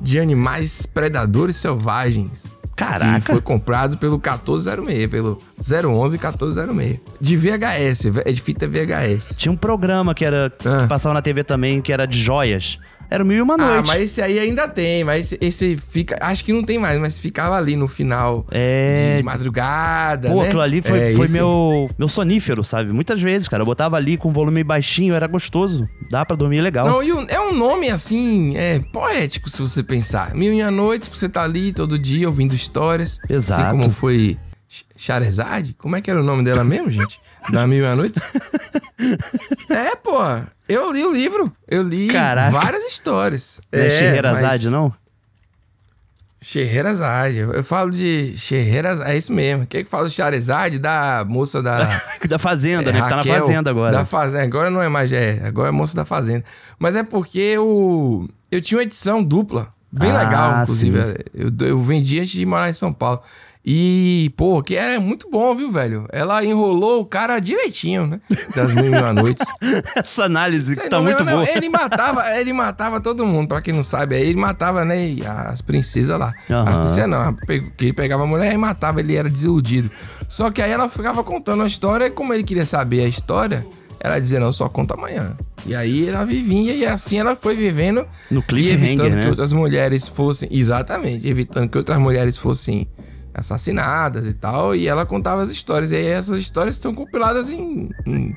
de animais predadores selvagens. Caraca. Que foi comprado pelo 1406, pelo 011 1406. De VHS, é de fita VHS. Tinha um programa que era que passava na TV também, que era de joias. Era mil e uma noite. Ah, mas esse aí ainda tem, mas esse, esse fica. Acho que não tem mais, mas ficava ali no final de, de madrugada. É. Pô, né? aquilo ali foi, É, foi esse- meu, meu sonífero, sabe? Muitas vezes, cara, eu botava ali com volume baixinho, era gostoso. Dá pra dormir legal. Não, e o- é um nome assim, é poético se você pensar. Mil e a noites, você tá ali todo dia ouvindo histórias. Exato. Assim como foi Ch- Charizard? Como é que era o nome dela mesmo, gente? Da Mil e a Noites? é, pô. Eu li o livro. Eu li Caraca. várias histórias. Não é Scheherazade, mas- não? Scheherazade. Eu eu falo de Scheherazade, é isso mesmo. Quem é que fala de Charizard? Da moça da... da Fazenda, É, né? Tá na Raquel, Fazenda agora. Da fazenda. Agora não é mais, é, agora é moça da fazenda. Mas é porque eu, eu tinha uma edição dupla, bem Ah, legal, sim. inclusive. Eu, eu vendi antes de morar em São Paulo. E, pô, que é muito bom, viu, velho? Ela enrolou o cara direitinho, né? Das mil e uma noites. Essa análise Sei que tá não, é muito não, boa. Ele matava, ele matava todo mundo, pra quem não sabe. Aí ele matava, né, e as princesas lá. As Aham. princesas não, a pe- que ele pegava a mulher e matava, ele era desiludido. Só que aí ela ficava contando a história, e como ele queria saber a história, ela dizia, não, só conta amanhã. E aí ela vivinha, e assim ela foi vivendo. No cliffhanger, e evitando né? que outras mulheres fossem... Exatamente, evitando que outras mulheres fossem assassinadas e tal. E ela contava as histórias. E aí essas histórias estão compiladas em- em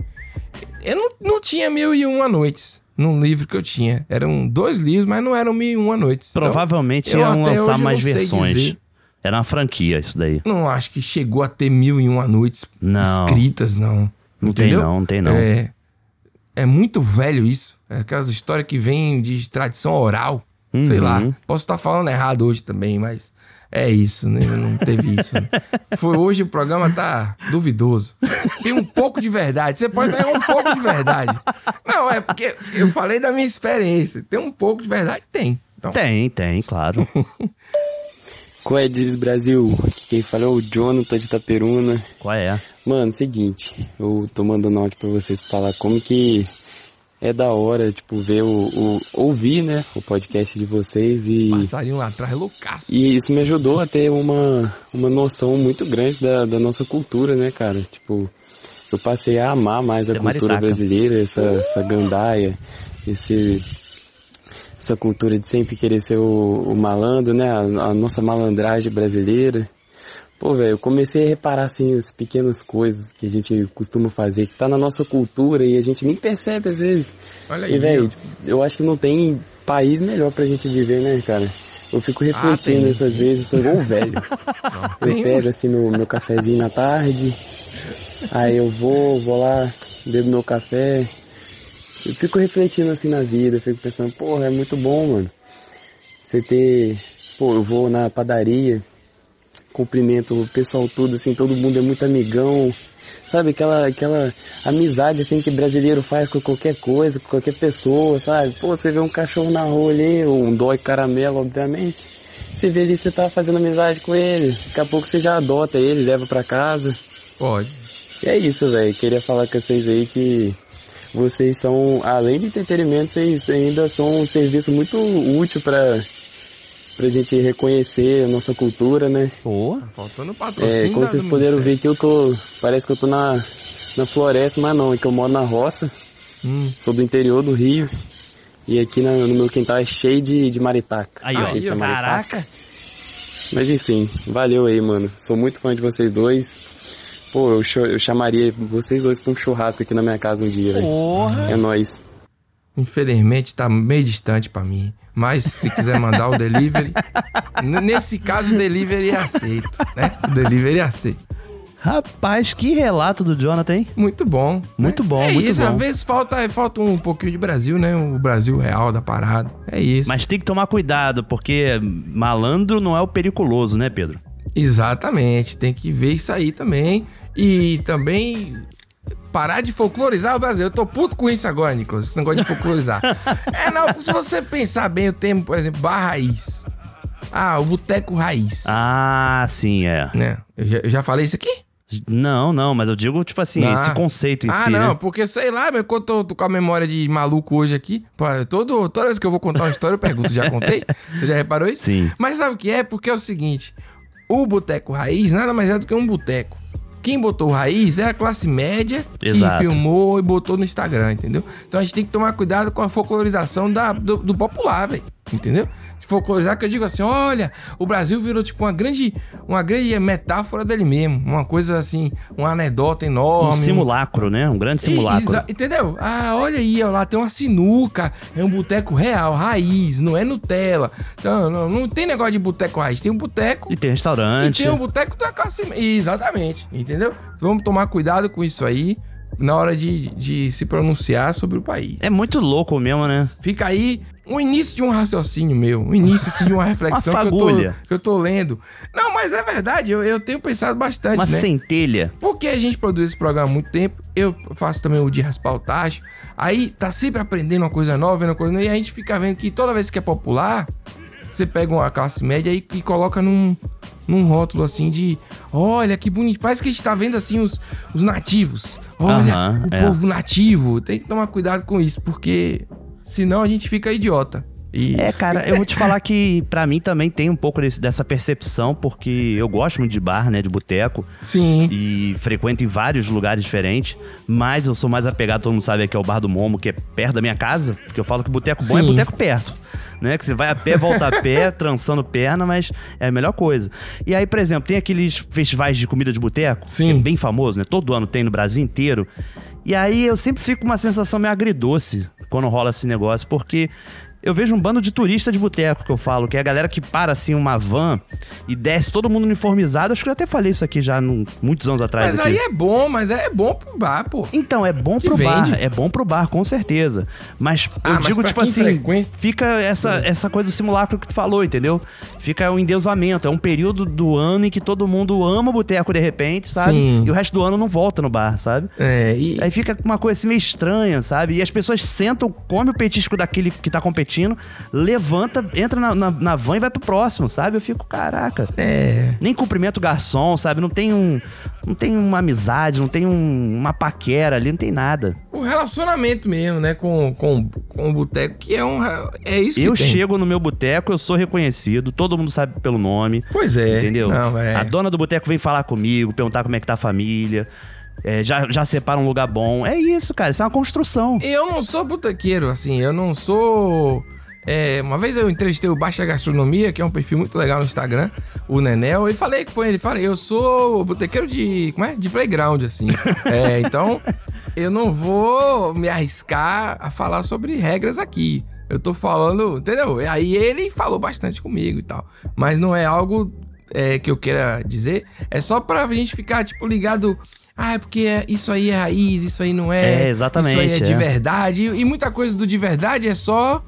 eu não, não tinha mil e uma noites num livro que eu tinha. Eram dois livros, mas não eram mil e uma noites. Então, Provavelmente eu iam até lançar hoje não mais sei versões. dizer. Era uma franquia isso daí. Não acho que chegou a ter mil e uma noites Não. escritas, não. Não Entendeu? tem não, não tem não. É, é muito velho isso. É aquelas histórias que vêm de tradição oral. Sei lá. Uhum. Posso estar falando errado hoje também, mas É isso, né? não teve isso. né? Foi hoje o programa tá duvidoso. Tem um pouco de verdade. Você pode ter um pouco de verdade. Não, é porque eu falei da minha experiência. Tem um pouco de verdade? Tem. Então, Tem, tem, claro. Qual é, Dizes Brasil? Aqui quem fala é o Jonathan de Itaperuna. Qual é? Mano, seguinte, eu tô mandando áudio pra vocês falar como que é da hora, tipo, ver o, o- ouvir, né, o podcast de vocês e... passarinho lá atrás, loucaço. E isso me ajudou a ter uma, uma noção muito grande da, da nossa cultura, né, cara? Tipo, eu passei a amar mais a Você é cultura maritaca. brasileira, essa, essa gandaia, esse, essa cultura de sempre querer ser o, o malandro, né? A, a nossa malandragem brasileira. Pô, velho, eu comecei a reparar, assim, as pequenas coisas que a gente costuma fazer, que tá na nossa cultura e a gente nem percebe às vezes. Olha E, aí, velho, eu acho que não tem país melhor pra gente viver, né, cara? Eu fico refletindo Ah, tem. essas vezes, eu sou igual um velho. eu tem pego assim meu, meu cafezinho na tarde, aí eu vou, vou lá, bebo meu café. Eu fico refletindo assim na vida, eu fico pensando, porra, é muito bom, mano. Você ter. Pô, eu vou na padaria, cumprimento o pessoal tudo, assim, todo mundo é muito amigão. Sabe, aquela, aquela amizade assim que brasileiro faz com qualquer coisa, com qualquer pessoa, sabe? Pô, você vê um cachorro na rua ali, um dói caramelo, obviamente. Você vê ali, você tá fazendo amizade com ele. Daqui a pouco você já adota ele, leva pra casa. Pode. E é isso, velho. Queria falar com vocês aí que vocês são, além de entretenimento, vocês ainda são um serviço muito útil pra, pra gente reconhecer a nossa cultura, né? Boa. Tá Faltando É, patrocínio como da- vocês do puderam Ministério. ver que eu tô. Parece que eu tô na, na floresta, mas não, é que eu moro na roça. Hum. Sou do interior do Rio. E aqui na- no meu quintal é cheio de, de maritaca. Aí, Não ó. sei se é maritaca. Caraca. Mas enfim, valeu aí, mano. Sou muito fã de vocês dois. Pô, eu, cho- eu chamaria vocês dois pra um churrasco aqui na minha casa um dia, velho. Porra. É nóis. Infelizmente tá meio distante pra mim. Mas se quiser mandar o delivery, n- nesse caso o delivery é aceito, né? O delivery é aceito. Rapaz, que relato do Jonathan, hein? Muito bom. Muito bom, é muito isso, bom. às vezes falta, falta um pouquinho de Brasil, né? O Brasil real da parada. É isso. Mas tem que tomar cuidado, porque malandro não é o periculoso, né, Pedro? Exatamente, tem que ver isso aí também. E também parar de folclorizar o Brasil. Eu tô puto com isso agora, Nicolas, esse negócio de folclorizar. é, não, se você pensar bem o termo, por exemplo, bar raiz. Ah, o boteco raiz. né? Ah, sim, é. Eu já, eu já falei isso aqui? Não, não, mas eu digo, tipo assim, Ah. esse conceito em ah, si, não, né? porque sei lá, meu, que eu tô, tô com a memória de maluco hoje aqui. Pô, eu todo, toda vez que eu vou contar uma história, eu pergunto, já contei? Você já reparou isso? Sim. Mas sabe o que é? Porque é o seguinte: o boteco raiz nada mais é do que um boteco. Quem botou raiz é a classe média que Exato. filmou e botou no Instagram, entendeu? Então a gente tem que tomar cuidado com a folclorização da- do, do popular, velho. Entendeu? Se folclorizar, que eu digo assim: olha, o Brasil virou tipo uma grande, uma grande metáfora dele mesmo. Uma coisa assim, uma anedota enorme. Um um- simulacro, né? Um grande simulacro. Exa- entendeu? Ah, olha aí, ó, lá tem uma sinuca, é um boteco real, raiz, não é Nutella. Então, não, não tem negócio de boteco raiz, tem um boteco E tem e restaurante. tem um boteco da classe. me- Exatamente, entendeu? Vamos tomar cuidado com isso aí na hora de, de se pronunciar sobre o país. É muito louco mesmo, né? Fica aí o início de um raciocínio meu, o início assim, de uma reflexão que, eu fagulha. tô, que eu tô lendo. Não, mas é verdade, eu, eu tenho pensado bastante, Uma né? centelha. Porque a gente produz esse programa há muito tempo, eu faço também o de raspar o tacho. Aí tá sempre aprendendo uma coisa nova, vendo uma coisa nova, e a gente fica vendo que toda vez que é popular, você pega uma classe média e, e coloca num, num rótulo assim de olha que bonito, parece que a gente tá vendo assim os, os nativos. Olha, Aham, o é. povo nativo, tem que tomar cuidado com isso, porque senão a gente fica idiota. E É, cara, eu vou te falar que pra mim também tem um pouco desse- dessa percepção, porque eu gosto muito de bar, né, de boteco. Sim. E frequento em vários lugares diferentes, mas eu sou mais apegado, todo mundo sabe que é o Bar do Momo, que é perto da minha casa, porque eu falo que boteco bom é Sim. boteco perto, né? Que você vai a pé, volta a pé, trançando perna, mas é a melhor coisa. E aí, por exemplo, tem aqueles festivais de comida de boteco, que é bem famoso, né? Todo ano tem no Brasil inteiro. E aí eu sempre fico com uma sensação meio agridoce quando rola esse negócio, porque Eu vejo um bando de turista de boteco que eu falo, que é a galera que para assim uma van e desce todo mundo uniformizado. Acho que eu até falei isso aqui já num- muitos anos atrás. Mas aqui. aí é bom, mas é bom pro bar, pô. Então, é bom pro bar, é bom pro bar, com certeza. Mas eu Ah, mas digo, pra tipo quem assim, frequenta- fica essa, essa coisa do simulacro que tu falou, entendeu? Fica um endeusamento, é um período do ano em que todo mundo ama boteco de repente, sabe? Sim. E o resto do ano não volta no bar, sabe? É, e... Aí fica uma coisa assim meio estranha, sabe? E as pessoas sentam, comem o petisco daquele que tá competindo, levanta, entra na, na, na van e vai pro próximo, sabe? Eu fico, caraca. É. Nem cumprimento o garçom, sabe? Não tem um. Não tem uma amizade, não tem um- uma paquera ali, não tem nada. O relacionamento mesmo, né? Com, com, com o boteco, que é um. É isso que eu tem. chego no meu boteco, eu sou reconhecido, todo mundo sabe pelo nome. Pois é. Entendeu? Não, é. A dona do boteco vem falar comigo, perguntar como é que tá a família. é, já, já separa um lugar bom. É isso, cara. Isso é uma construção. E Eu não sou botequeiro, assim, eu não sou. é, uma vez eu entrevistei o Baixa Gastronomia, que é um perfil muito legal no Instagram, o Nenel, e falei com ele, falei, eu sou botequeiro de. Como é? De playground, assim. É, então, eu não vou me arriscar a falar sobre regras aqui. Eu tô falando, entendeu? E Aí ele falou bastante comigo e tal. Mas não é algo é, que eu queira dizer. É só pra gente ficar, tipo, ligado. Ah, é porque é- isso aí é raiz, isso aí não é. É, exatamente, Isso aí é, de é. verdade. E muita coisa do de verdade é só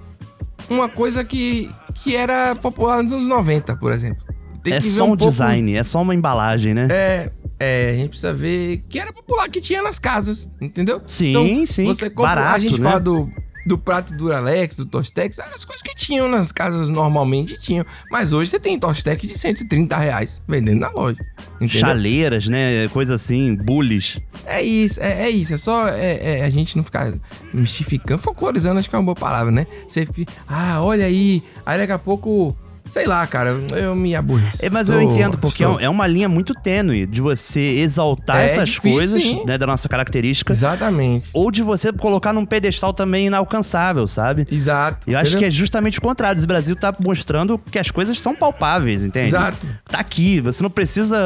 uma coisa que, que era popular nos anos 90, por exemplo. Tem é que ver só um, pouco- design, é só uma embalagem, né? É, é, a gente precisa ver que era popular, que tinha nas casas, entendeu? Então, Sim, sim, Você compra, a barato, gente né? fala do, do prato Duralex, do Tostex, eram as coisas que tinham nas casas normalmente tinham. Mas hoje você tem Tostex de 130 reais vendendo na loja. Entendeu? Chaleiras, né? Coisa assim, bullies. É isso, é, é isso. É só é, é, a gente não ficar mistificando, folclorizando, acho que é uma boa palavra, né? Você fica, ah, olha aí. Aí daqui a pouco, sei lá, cara, eu me aborreço. É, mas eu Tô- entendo, porque é estou- um- é uma linha muito tênue de você exaltar É essas difícil, sim. coisas, né, da nossa característica. Exatamente. Ou de você colocar num pedestal também inalcançável, sabe? Exato. Eu acho entendeu? que é justamente o contrário. O Brasil tá mostrando que as coisas são palpáveis, entende? Exato. Tá aqui, você não precisa.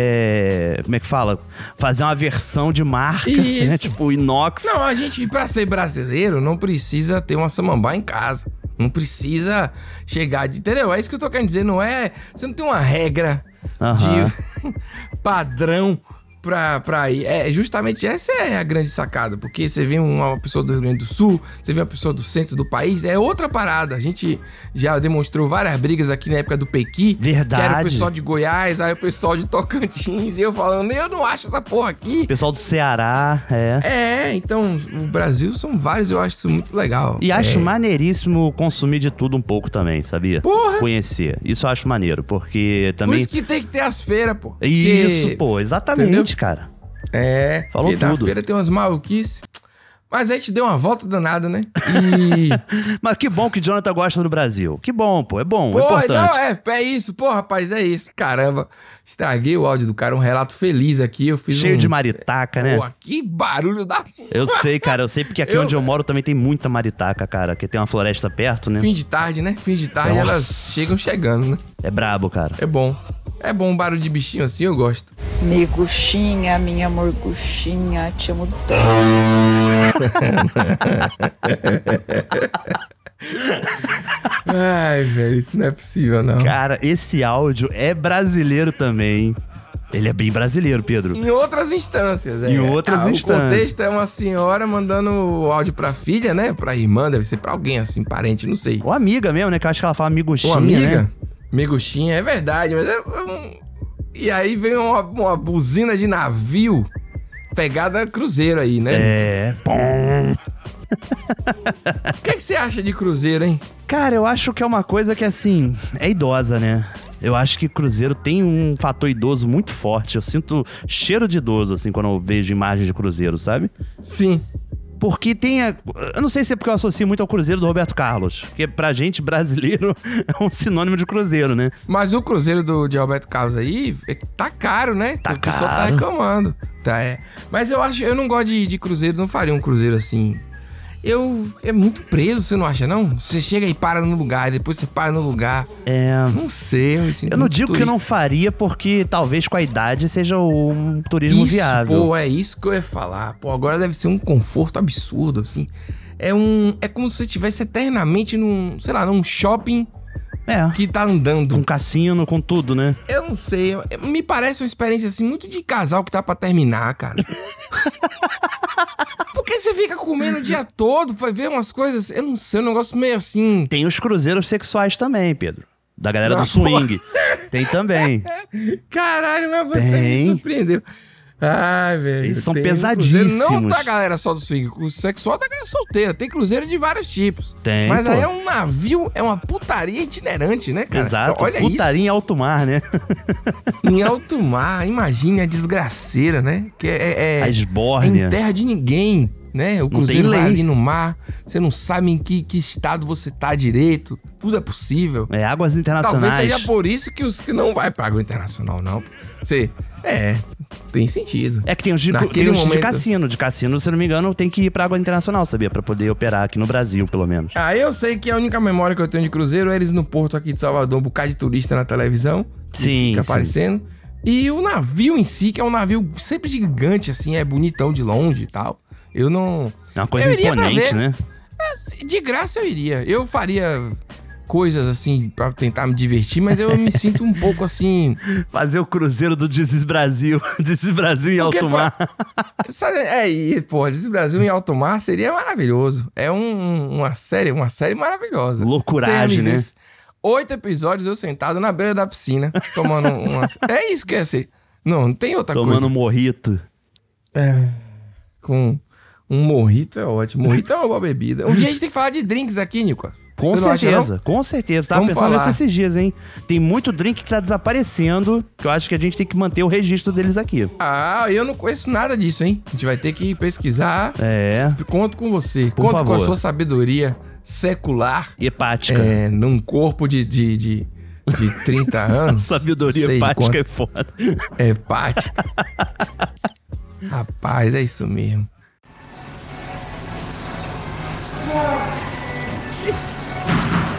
é, como é que fala? Fazer uma versão de marca, né? Isso. Tipo, inox. Não, a gente, pra ser brasileiro, não precisa ter uma samambaia em casa. Não precisa chegar de. Entendeu? É isso que eu tô querendo dizer. Não é. Você não tem uma regra Aham. de padrão pra, pra ir. É, justamente essa é a grande sacada. Porque você vê uma pessoa do Rio Grande do Sul, você vê uma pessoa do centro do país, é outra parada. A gente já demonstrou várias brigas aqui na época do Pequi. Verdade. Que era o pessoal de Goiás, aí o pessoal de Tocantins, e eu falando, eu não acho essa porra aqui. Pessoal do Ceará, é. É, então, o Brasil são vários, eu acho isso muito legal. E acho é. maneiríssimo consumir de tudo um pouco também, sabia? Porra! Conhecer. Isso eu acho maneiro, porque também. Por isso que tem que ter as feiras, pô. Isso, Porque- pô, exatamente, Entendeu? cara. É, Falou porque na tudo. feira tem umas maluquices. Mas a gente deu uma volta danada, né? Mas que bom que o Jonathan gosta do Brasil. Que bom, pô, é bom, é Pô, importante. não, é, é isso, pô, rapaz, é isso. Caramba, estraguei o áudio do cara, um relato feliz aqui. Eu fiz Cheio um- de maritaca, né? Pô, que barulho da Eu sei, cara, eu sei porque aqui Eu- onde eu moro também tem muita maritaca, cara, que tem uma floresta perto, né? fim de tarde, né? Fim de tarde Nossa. elas chegam chegando, né? É brabo, cara. É bom. É bom um barulho de bichinho assim, eu gosto. Miguxinha, minha morguxinha, te amo tanto. Ai, velho, isso não é possível, não. Cara, esse áudio é brasileiro também. Ele é bem brasileiro, Pedro. Em outras instâncias, é. Em outras O instâncias. contexto é uma senhora mandando o áudio pra filha, né? Pra irmã, deve ser pra alguém assim, parente, não sei. Ou amiga mesmo, né? Que eu acho que ela fala amiguxinha, Ou amiga. né? Miguxinha, é verdade, mas é um- E aí vem uma, uma buzina de navio pegada cruzeiro aí, né? É, pom. O que, é que você acha de cruzeiro, hein? Cara, eu acho que é uma coisa que, assim, é idosa, né? Eu acho que Cruzeiro tem um fator idoso muito forte. Eu sinto cheiro de idoso, assim, quando eu vejo imagens de Cruzeiro, sabe? Sim. Porque tem a... Eu não sei se é porque eu associo muito ao Cruzeiro do Roberto Carlos. Porque pra gente brasileiro é um sinônimo de Cruzeiro, né? Mas o cruzeiro do, de Alberto Carlos aí é que tá caro, né? Tá o pessoal tá caro. reclamando. Tá, é. Mas eu acho, eu não gosto de, de cruzeiro, não faria um cruzeiro assim. Eu é muito preso, você não acha não? Você chega e para no lugar, e depois você para no lugar. É. Não sei, eu me sinto Eu não muito digo que eu turista. não faria, porque talvez com a idade seja um turismo isso, viável. Pô, é isso que eu ia falar. Pô, agora deve ser um conforto absurdo, assim. é um. É como se você estivesse eternamente num, sei lá, num shopping que tá andando. Um cassino É, com tudo, né? Eu não sei. eu- eu- Me parece uma experiência assim muito de casal que tá pra terminar, cara. Porque você fica comendo o dia todo, vai ver umas coisas. Eu não sei, um negócio meio assim. Tem os cruzeiros sexuais também, Pedro. Da galera do Ah, swing. Tem também. Caralho, mas você me Tem. surpreendeu. Ai, velho. Eles são tem pesadíssimos. cruzeiro Não da galera só do swing, o sexual da galera solteira. Tem cruzeiro de vários tipos. Tem, Mas aí pô. é um navio, é uma putaria itinerante, né, cara? Exato. Olha Putaria em alto mar, né? isso. Em alto mar, imagine a desgraceira, né? Que é, é- A é esbórnia. Em terra de ninguém, né? O tem cruzeiro vai lei. ali no mar, você não sabe em que, que estado você tá direito, tudo é possível. É, águas internacionais. Talvez seja por isso que os que não vai pra água internacional, não. Você, é, tem sentido. É que tem os de, Naquele tem os de momento- cassino. De cassino, se não me engano, tem que ir pra água internacional, sabia? Pra poder operar aqui no Brasil, pelo menos. Ah, eu sei que a única memória que eu tenho de cruzeiro é eles no porto aqui de Salvador, um bocado de turista na televisão. que Sim, Fica sim. aparecendo. E o navio em si, que é um navio sempre gigante, assim, é bonitão de longe e tal. Eu não. É uma coisa Eu iria pra imponente, ver. né? Mas, De graça eu iria. Eu faria coisas assim pra tentar me divertir, mas eu me sinto um pouco assim. Fazer o cruzeiro do Desis Brasil. Desis Brasil em Porque alto pra- mar. Sabe, é, e, pô, esse Brasil em alto mar seria maravilhoso. É um- uma série, uma série maravilhosa. Loucuragem, Você me né? vê Oito episódios eu sentado na beira da piscina, tomando uma. É isso que é ser. Não, não tem outra Tomando coisa. um morrito. É. Com um morrito é ótimo. Morrito é uma boa bebida. Um dia a gente tem que falar de drinks aqui, Nico. Com Você não acha, certeza, não? com certeza. Tava Vamos pensando falar. nisso esses dias, hein? Tem muito drink que tá desaparecendo, que eu acho que a gente tem que manter o registro deles aqui. Ah, eu não conheço nada disso, hein? A gente vai ter que pesquisar. É. Conto com você. Por Conto com a favor. sua sabedoria secular. Hepática. É, num corpo de, de, de, de 30 anos. Sabedoria sei de hepática é quanto. foda. É hepática. Rapaz, é isso mesmo.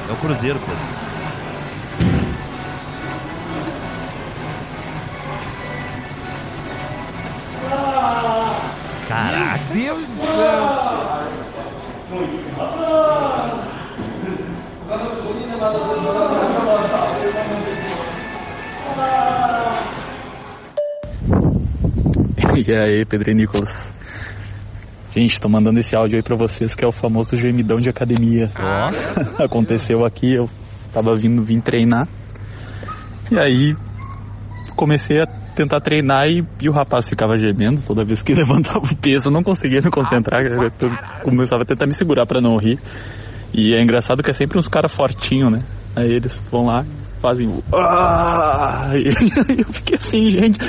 É o Cruzeiro, Pedro. Caraca. Meu Ah, Deus do céu. E aí, Pedro e Nicolas. Gente, tô mandando esse áudio aí pra vocês, que é o famoso gemidão de academia. Aconteceu aqui, eu tava vindo, vim treinar. E aí, comecei a tentar treinar e, e o rapaz ficava gemendo toda vez que levantava o peso. Eu não conseguia me concentrar, eu tô- começava a tentar me segurar pra não rir. E é engraçado que é sempre uns caras fortinhos, né? Aí eles vão lá, fazem o... Ah! E eu fiquei assim, gente,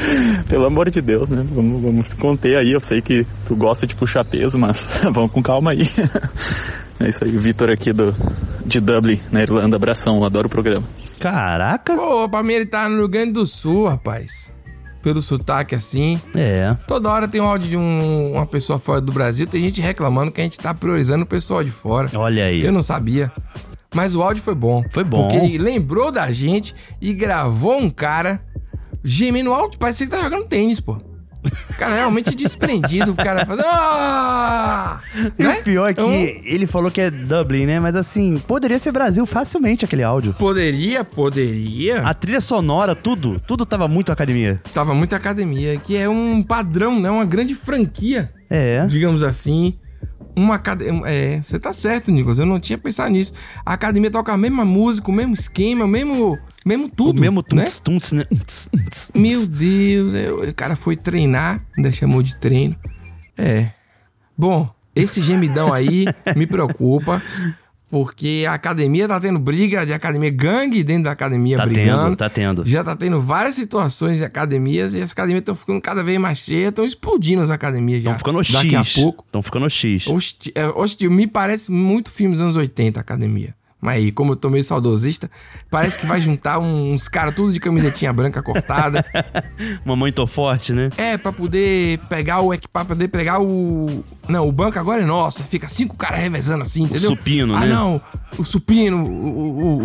pelo amor de Deus, né? Vamos, vamos se conter aí. Eu sei que tu gosta de puxar peso, mas vamos com calma aí. É isso aí, o Vitor aqui do, de Dublin, na Irlanda. Abração, eu adoro o programa. Caraca. Pô, pra mim ele tá no Rio Grande do Sul, rapaz. Pelo sotaque assim. É. Toda hora tem um áudio de um- uma pessoa fora do Brasil. Tem gente reclamando que a gente tá priorizando o pessoal de fora. Olha aí. Eu não sabia. Mas o áudio foi bom. Foi bom. Porque ele lembrou da gente e gravou um cara gemendo alto. Parece que ele tá jogando tênis, pô. O Cara, realmente desprendido. O cara faz. Ah! E o pior é que Então- ele falou que é Dublin, né? Mas assim, poderia ser Brasil facilmente aquele áudio. Poderia, poderia. A trilha sonora, tudo, tudo tava muito academia. Tava muita academia, que é um padrão, né? Uma grande franquia. É. Digamos assim. Uma academia. É, você tá certo, Nicolas. Eu não tinha pensado nisso. A academia toca a mesma música, o mesmo esquema, o mesmo. Mesmo tudo. o mesmo né? tunts, tunts, né? Tunts, tunts. Meu Deus, é, o cara foi treinar, ainda chamou de treino. É. Bom, esse gemidão aí me preocupa, porque a academia tá tendo briga de academia, gangue dentro da academia Tá brigando. tendo, tá tendo. Já tá tendo várias situações em academias e as academias estão ficando cada vez mais cheias, estão explodindo as academias já. Tão Tá ficando X. Daqui a pouco. é, Tão ficando X. Hostil, me parece muito filme dos anos 80, a academia. Mas aí, como eu tô meio saudosista, parece que vai juntar uns caras tudo de camisetinha branca cortada. Mamãe tô forte, né? É, pra poder pegar o equipar, pra poder pegar o. Não, o banco agora é nosso. Fica cinco caras revezando assim, entendeu? supino, ah, né? não, o supino, o,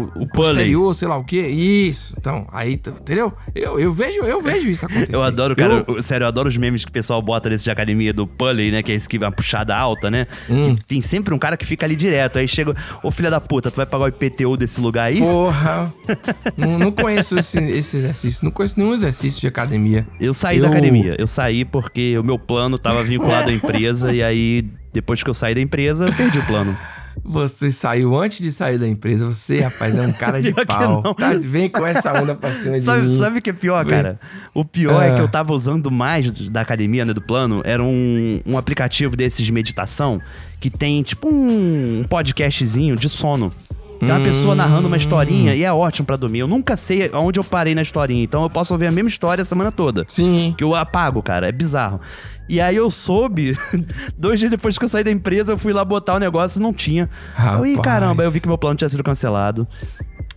o, o, posterior, sei lá o quê. Isso. Então, aí, t- entendeu? Eu, eu vejo, eu vejo isso acontecer. Eu adoro, cara. eu- sério, eu adoro os memes que o pessoal bota desses de academia do Pulley, né? Que é esse que é uma puxada alta, né? Hum. Que tem sempre um cara que fica ali direto. Aí chega, ô filha da puta, tu vai pagar o IPTU desse lugar aí? Porra! não, não conheço esse, esse exercício. Não conheço nenhum exercício de academia. Eu saí da academia. Eu saí porque o meu plano tava vinculado à empresa. e aí, depois que eu saí da empresa, eu perdi o plano. Você saiu antes de sair da empresa. Você, rapaz, é um cara de Pior que não. pau. Tá, vem com essa onda pra cima de Sabe- mim. sabe o que é pior, Vem. cara? O pior é Ah. que eu tava usando mais da academia, né, do plano, era um, um aplicativo desses de meditação que tem tipo um podcastzinho de sono. Tem uma Hum. pessoa narrando uma Hum. historinha e é ótimo pra dormir. Eu nunca sei aonde eu parei na historinha, então eu posso ouvir a mesma história a semana toda. Sim. Que eu apago, cara, é bizarro. E aí eu soube, dois dias depois que eu saí da empresa, eu fui lá botar o negócio e não tinha. Eu, Ih, Rapaz. caramba, aí eu vi que meu plano tinha sido cancelado.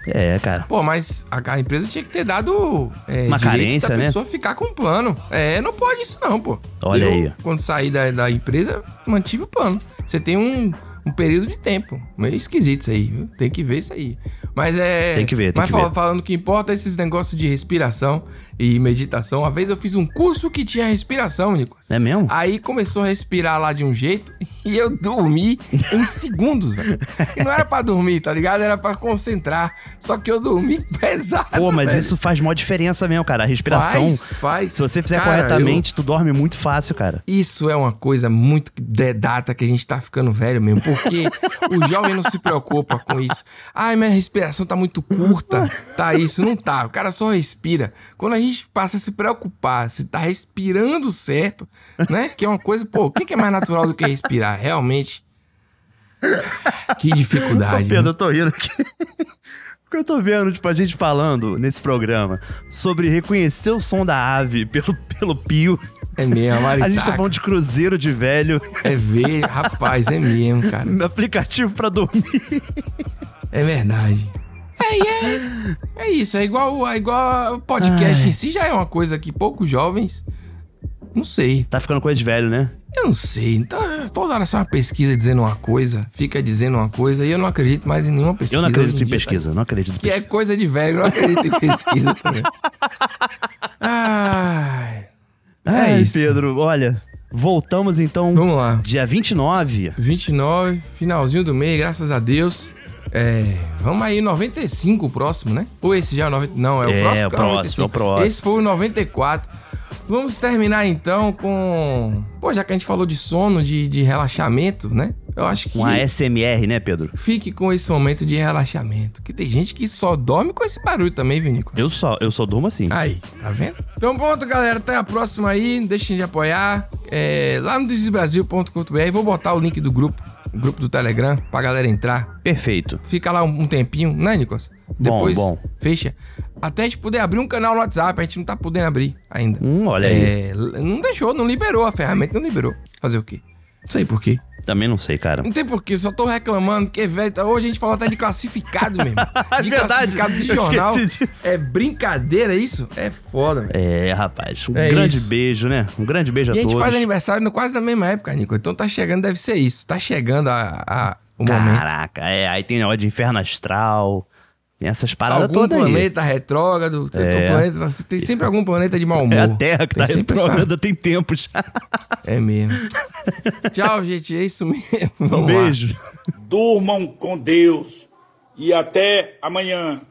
É, cara. Pô, mas a, a empresa tinha que ter dado é, Uma direito carência, da né? pessoa ficar com o plano. É, não pode isso não, pô. Olha Eu, aí. Quando saí da, da empresa, mantive o plano. Você tem um, um período de tempo. Meio esquisito isso aí, viu? Tem que ver isso aí. Mas é. Tem que ver, tem mas que fal- ver. falando que importa esses negócios de respiração e meditação. Uma vez eu fiz um curso que tinha respiração, Nicolas. É mesmo? Aí começou a respirar lá de um jeito e eu dormi em segundos, velho. Não era pra dormir, tá ligado? Era pra concentrar. Só que eu dormi pesado. Pô, mas velho. isso faz mó diferença mesmo, cara. A respiração. Faz, faz. Se você fizer Cara, corretamente, tu dorme muito fácil, cara. Isso é uma coisa muito dedata que a gente tá ficando velho mesmo, porque o jovem não se preocupa com isso. Ai, minha respiração tá muito curta, tá isso, não tá. O cara só respira. Quando a gente passa a se preocupar se tá respirando certo, né? Que é uma coisa, pô, o que que é mais natural do que respirar? Realmente. Que dificuldade. né? Ô, Pedro, eu tô rindo aqui. Porque eu tô vendo, tipo, a gente falando nesse programa sobre reconhecer o som da ave pelo, pelo pio. É mesmo, a A maritaca. gente tá falando de cruzeiro de velho. É ver, rapaz, é mesmo, cara. Aplicativo pra dormir. É verdade. É, é, é isso, é igual, é igual podcast Ai. em si já é uma coisa que poucos jovens. Não sei. Tá ficando coisa de velho, né? Eu não sei. Então, toda hora sai uma pesquisa dizendo uma coisa, fica dizendo uma coisa, e eu não acredito mais em nenhuma pesquisa. Eu não hoje acredito em dia, pesquisa, não acredito em tá? Que é coisa de velho, eu não acredito em pesquisa também. Ai. É Ai, isso. Pedro, olha, voltamos então. Vamos lá. Dia 29. 29, finalzinho do mês, graças a Deus. É, vamos aí, 95 o próximo, né? Ou esse já é o 90, Não, é o É, próximo. é o que 95. próximo, é o próximo. Esse foi o 94. Vamos terminar então com. Pô, já que a gente falou de sono, de, de relaxamento, né? Eu acho que. Um ASMR, né, Pedro? Fique com esse momento de relaxamento. Que tem gente que só dorme com esse barulho também, viu, Nico? Eu só, eu só durmo assim. Aí, tá vendo? Então pronto, galera. Até a próxima aí. Não Deixem de apoiar. É, lá no desbrasil.com.br. Vou botar o link do grupo, o grupo do Telegram, pra galera entrar. Perfeito. Fica lá um, um tempinho, né, Nicolas? Depois bom. fecha. Até a gente poder abrir um canal no WhatsApp, a gente não tá podendo abrir ainda. Hum, olha aí. É, l- não deixou, não liberou a ferramenta, não liberou. Fazer o quê? Não sei por quê. Também não sei, cara. Não tem porquê, só tô reclamando, porque, velho, tá- hoje a gente falou até de classificado mesmo. De É verdade, classificado de eu jornal. esqueci É brincadeira isso? É foda, velho. É, rapaz. Um É grande isso. beijo, né? Um grande beijo a, E a gente todos. faz aniversário no, quase na mesma época, Nico. Então tá chegando, deve ser isso. Tá chegando a, a- o momento. Caraca, é. Aí tem negócio de inferno astral. Tem essas paradas Algum todas planeta retrógrado. tem- É. tem planeta- tem sempre algum planeta de mau aí. humor. É a Terra que tá sempre retrógrada tem tempo já. É mesmo. essa- Tchau, gente. É isso mesmo. Um Vamos lá. beijo. Durmam com Deus e até amanhã.